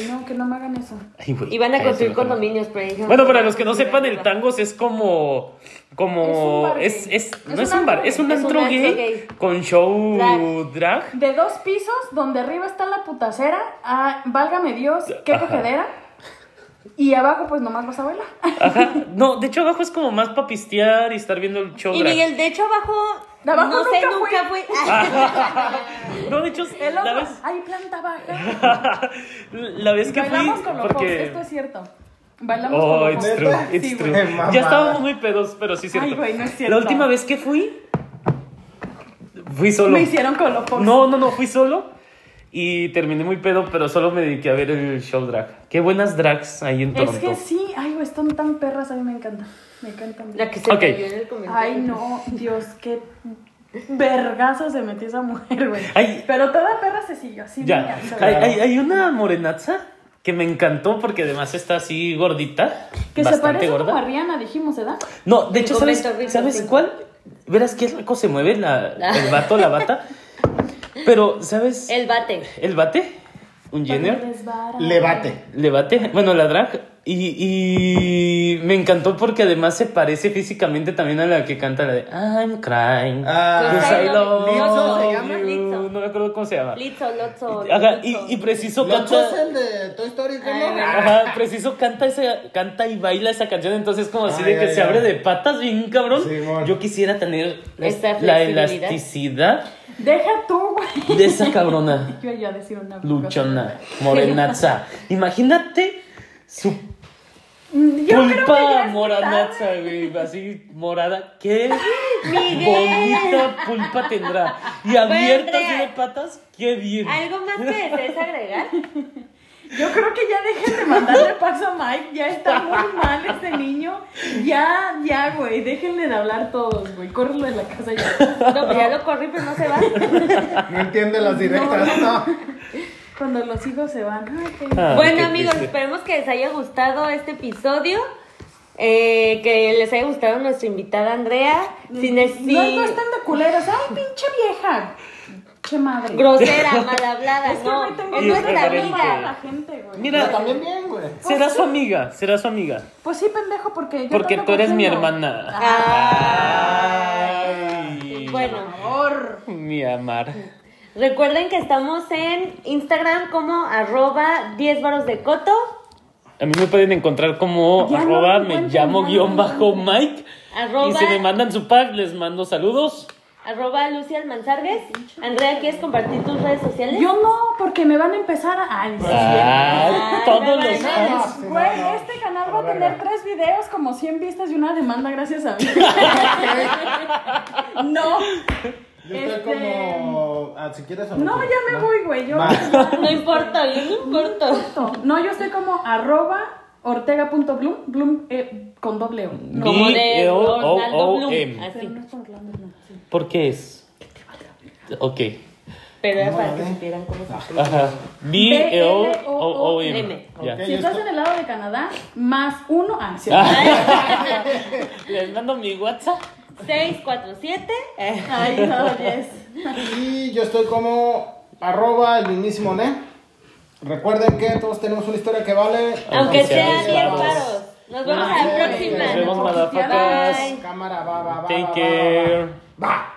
[SPEAKER 4] no, pues, que no me hagan eso.
[SPEAKER 1] Ay, güey,
[SPEAKER 2] Iban a
[SPEAKER 1] cállate,
[SPEAKER 2] construir
[SPEAKER 1] mejor.
[SPEAKER 2] condominios, pero dijeron-
[SPEAKER 1] Bueno, para los que no sepan, el tangos es como. Como.
[SPEAKER 4] Es
[SPEAKER 1] Es,
[SPEAKER 4] un
[SPEAKER 1] es,
[SPEAKER 4] bar gay.
[SPEAKER 1] no
[SPEAKER 4] Es
[SPEAKER 1] es
[SPEAKER 4] un
[SPEAKER 1] un bar,
[SPEAKER 4] antro
[SPEAKER 1] es un
[SPEAKER 2] gay. Es un
[SPEAKER 1] antro
[SPEAKER 2] antro
[SPEAKER 1] gay
[SPEAKER 2] gay.
[SPEAKER 1] con show drag.
[SPEAKER 2] Drag.
[SPEAKER 4] De dos pisos, donde arriba está la putacera. Ah, válgame Dios, qué
[SPEAKER 1] Ajá.
[SPEAKER 4] cogedera. Y abajo, pues nomás vas a bailar.
[SPEAKER 1] Ajá. No, de hecho, abajo es como más para pistear y estar viendo el show
[SPEAKER 2] Y
[SPEAKER 1] drag.
[SPEAKER 2] Miguel, de hecho, abajo.
[SPEAKER 4] De abajo
[SPEAKER 2] no sé,
[SPEAKER 4] nunca
[SPEAKER 2] nunca fue. Ah,
[SPEAKER 1] No, de hecho,
[SPEAKER 4] El
[SPEAKER 1] la
[SPEAKER 4] otro,
[SPEAKER 1] vez.
[SPEAKER 4] hay planta baja.
[SPEAKER 1] la vez que fui.
[SPEAKER 4] Bailamos con los fox,
[SPEAKER 1] Porque.
[SPEAKER 4] esto es cierto. Bailamos con
[SPEAKER 1] Oh,
[SPEAKER 4] los
[SPEAKER 1] it's
[SPEAKER 4] fox.
[SPEAKER 1] true,
[SPEAKER 3] ¿Neta?
[SPEAKER 1] it's
[SPEAKER 4] Sí,
[SPEAKER 1] true.
[SPEAKER 4] güey.
[SPEAKER 3] Mamada.
[SPEAKER 1] Ya estábamos muy pedos, pero sí es cierto.
[SPEAKER 4] Ay, güey, no es
[SPEAKER 1] La
[SPEAKER 4] cierto.
[SPEAKER 1] última vez que fui, fui solo.
[SPEAKER 4] Me hicieron con los fox.
[SPEAKER 1] No, no, no, fui solo y terminé muy pedo, pero solo me dediqué a ver el show drag. Qué buenas drags ahí en Toronto.
[SPEAKER 4] Es que sí, ay, güey, están tan perras, a mí me encantan. Me encantan.
[SPEAKER 2] La que se
[SPEAKER 1] Ah, Ok.
[SPEAKER 2] cayó en el comentario.
[SPEAKER 4] Ay, no, Dios, qué vergazo se metió esa mujer, güey.
[SPEAKER 1] Ay.
[SPEAKER 4] Pero toda perra se siguió así.
[SPEAKER 1] Ya,
[SPEAKER 4] venga,
[SPEAKER 1] hay,
[SPEAKER 4] o sea,
[SPEAKER 1] hay- hay una morenaza que me encantó porque además está así gordita,
[SPEAKER 4] Que se
[SPEAKER 1] bastante
[SPEAKER 4] parece
[SPEAKER 1] gorda.
[SPEAKER 4] como a Rihanna, dijimos, ¿verdad?
[SPEAKER 1] No, de hecho,
[SPEAKER 2] Rico,
[SPEAKER 1] ¿sabes,
[SPEAKER 2] rico, rico,
[SPEAKER 1] ¿sabes
[SPEAKER 2] rico.
[SPEAKER 1] cuál? Verás qué rico se mueve la, el vato, la bata. Pero, ¿sabes? El,
[SPEAKER 2] El bate.
[SPEAKER 1] bate, un junior.
[SPEAKER 3] Le bate.
[SPEAKER 1] Le bate, bueno, la drag. Y, y me encantó porque además se parece físicamente también a la que canta la de I'm crying.
[SPEAKER 3] Ah,
[SPEAKER 1] Yes, I love
[SPEAKER 3] Lizzo se
[SPEAKER 2] llama.
[SPEAKER 1] you.
[SPEAKER 2] Lizzo.
[SPEAKER 1] No me acuerdo cómo se llama.
[SPEAKER 2] Litzo, Lotso.
[SPEAKER 1] Ajá, y,
[SPEAKER 2] Lotso.
[SPEAKER 1] y preciso
[SPEAKER 3] Locho es
[SPEAKER 1] canta.
[SPEAKER 3] el de Toy Story, ¿qué no?
[SPEAKER 2] Ay,
[SPEAKER 1] Ajá, preciso canta esa, canta y baila esa canción, entonces como así
[SPEAKER 3] Ay,
[SPEAKER 1] de que
[SPEAKER 3] ay,
[SPEAKER 1] se
[SPEAKER 3] ay.
[SPEAKER 1] abre de patas bien cabrón.
[SPEAKER 3] Sí, amor.
[SPEAKER 1] Yo quisiera tener la,
[SPEAKER 2] Esa
[SPEAKER 1] la
[SPEAKER 2] flexibilidad.
[SPEAKER 1] elasticidad
[SPEAKER 4] Deja tú, güey.
[SPEAKER 1] de esa cabrona
[SPEAKER 4] Yo iba a decir una cosa.
[SPEAKER 1] luchona, morenaza. Imagínate su
[SPEAKER 4] Mm, Yo creo que ya
[SPEAKER 1] Pulpa
[SPEAKER 4] es
[SPEAKER 1] moranaza, güey, así morada. ¿Qué
[SPEAKER 2] Miguel.
[SPEAKER 1] bonita pulpa tendrá? Y abierta así de patas, qué bien.
[SPEAKER 2] ¿Algo más que desees agregar?
[SPEAKER 4] tarde. Yo creo que ya dejen de mandarle paso a Mike. Ya está muy mal este niño. Ya, ya, güey. Déjenle de hablar todos, güey. Córrelo de la casa ya.
[SPEAKER 2] No, pues ya lo corrí, pero no se va.
[SPEAKER 3] Ah, No entiende las directas, no.
[SPEAKER 4] Cuando los hijos se van. Ay, qué-
[SPEAKER 1] Ah, qué
[SPEAKER 2] bueno, amigos,
[SPEAKER 1] triste.
[SPEAKER 2] esperemos que les haya gustado este episodio. eh, que les haya gustado nuestra invitada Andrea. Si,
[SPEAKER 4] Mm, No,
[SPEAKER 2] neci-
[SPEAKER 4] no están de culeros. Ay, pinche vieja. Che madre.
[SPEAKER 2] Grosera, mal hablada,
[SPEAKER 4] Es que,
[SPEAKER 2] no.
[SPEAKER 4] güey, tengo
[SPEAKER 2] Es
[SPEAKER 1] miedo
[SPEAKER 2] nuestra
[SPEAKER 1] de
[SPEAKER 4] a la
[SPEAKER 2] amiga.
[SPEAKER 4] gente, güey.
[SPEAKER 1] Mira.
[SPEAKER 3] Pero también bien, güey.
[SPEAKER 1] Será su amiga, será su amiga.
[SPEAKER 4] Pues sí, pendejo, porque yo
[SPEAKER 1] Porque
[SPEAKER 4] también
[SPEAKER 1] tú eres mi
[SPEAKER 4] confío.
[SPEAKER 1] hermana. Ah,
[SPEAKER 2] Ay. Ah, Bueno,
[SPEAKER 1] Mi amar.
[SPEAKER 2] recuerden que estamos en Instagram como arroba 10 varos de coto.
[SPEAKER 1] A mí me pueden encontrar como
[SPEAKER 4] Ya no
[SPEAKER 1] arroba,
[SPEAKER 4] me
[SPEAKER 1] me
[SPEAKER 4] encuentran
[SPEAKER 1] llamo
[SPEAKER 4] nada.
[SPEAKER 1] guión bajo Mike.
[SPEAKER 2] Arroba-
[SPEAKER 1] Y si me mandan su pack, les mando saludos.
[SPEAKER 2] Arroba Lucy Almanzargues. Andrea, ¿quieres compartir tus redes sociales?
[SPEAKER 4] Yo no, porque me van a empezar a. Ay, sí.
[SPEAKER 1] Ah. Ay, todos
[SPEAKER 2] Ay,
[SPEAKER 1] los
[SPEAKER 2] no,
[SPEAKER 1] fans.
[SPEAKER 3] Ah, Sí, no,
[SPEAKER 4] Güey,
[SPEAKER 3] no.
[SPEAKER 4] este canal va
[SPEAKER 3] La
[SPEAKER 4] a tener
[SPEAKER 3] verga.
[SPEAKER 4] tres videos, como 100 vistas y una demanda gracias a mí. no.
[SPEAKER 3] Yo estoy
[SPEAKER 4] Este-
[SPEAKER 3] como. ah, si quieres. o
[SPEAKER 4] No,
[SPEAKER 3] quieres?
[SPEAKER 4] ya me voy, güey. Yo
[SPEAKER 3] Va.
[SPEAKER 2] No importa, yo no importa.
[SPEAKER 4] No, yo estoy como arroba ortega.bloom, bloom eh, con doble O. No.
[SPEAKER 2] Como de
[SPEAKER 1] B O O O
[SPEAKER 2] Ronaldo Bloom.
[SPEAKER 1] M.
[SPEAKER 2] Así.
[SPEAKER 4] Pero no es con Orlando, no, sí.
[SPEAKER 1] ¿Por qué es? Ok.
[SPEAKER 2] Pero era para
[SPEAKER 3] No,
[SPEAKER 2] que
[SPEAKER 3] eh.
[SPEAKER 2] supieran cómo
[SPEAKER 1] Ah.
[SPEAKER 2] se escribe.
[SPEAKER 1] Ajá. B O O O M.
[SPEAKER 2] M.
[SPEAKER 1] Ya.
[SPEAKER 3] Ok.
[SPEAKER 4] Si estás en el lado de Canadá, más uno. Ah, sí.
[SPEAKER 1] Les mando mi WhatsApp.
[SPEAKER 2] 647. eh,
[SPEAKER 4] Ay, no, yes.
[SPEAKER 3] Y yo estoy como. Arroba el mismísimo Ne. Recuerden que todos tenemos una historia que vale. pues,
[SPEAKER 2] Aunque
[SPEAKER 1] Aunque
[SPEAKER 2] sea
[SPEAKER 1] sea
[SPEAKER 2] 10
[SPEAKER 1] diez
[SPEAKER 2] varos. Nos vemos a
[SPEAKER 3] Ah, Nos
[SPEAKER 2] la
[SPEAKER 3] vemos.
[SPEAKER 2] próxima.
[SPEAKER 1] Nos vemos,
[SPEAKER 4] Bye.
[SPEAKER 1] motherfuckers.
[SPEAKER 2] Bye.
[SPEAKER 3] Cámara, va, va, va. va,
[SPEAKER 1] Take
[SPEAKER 3] va, va, va.
[SPEAKER 1] care.
[SPEAKER 3] Va.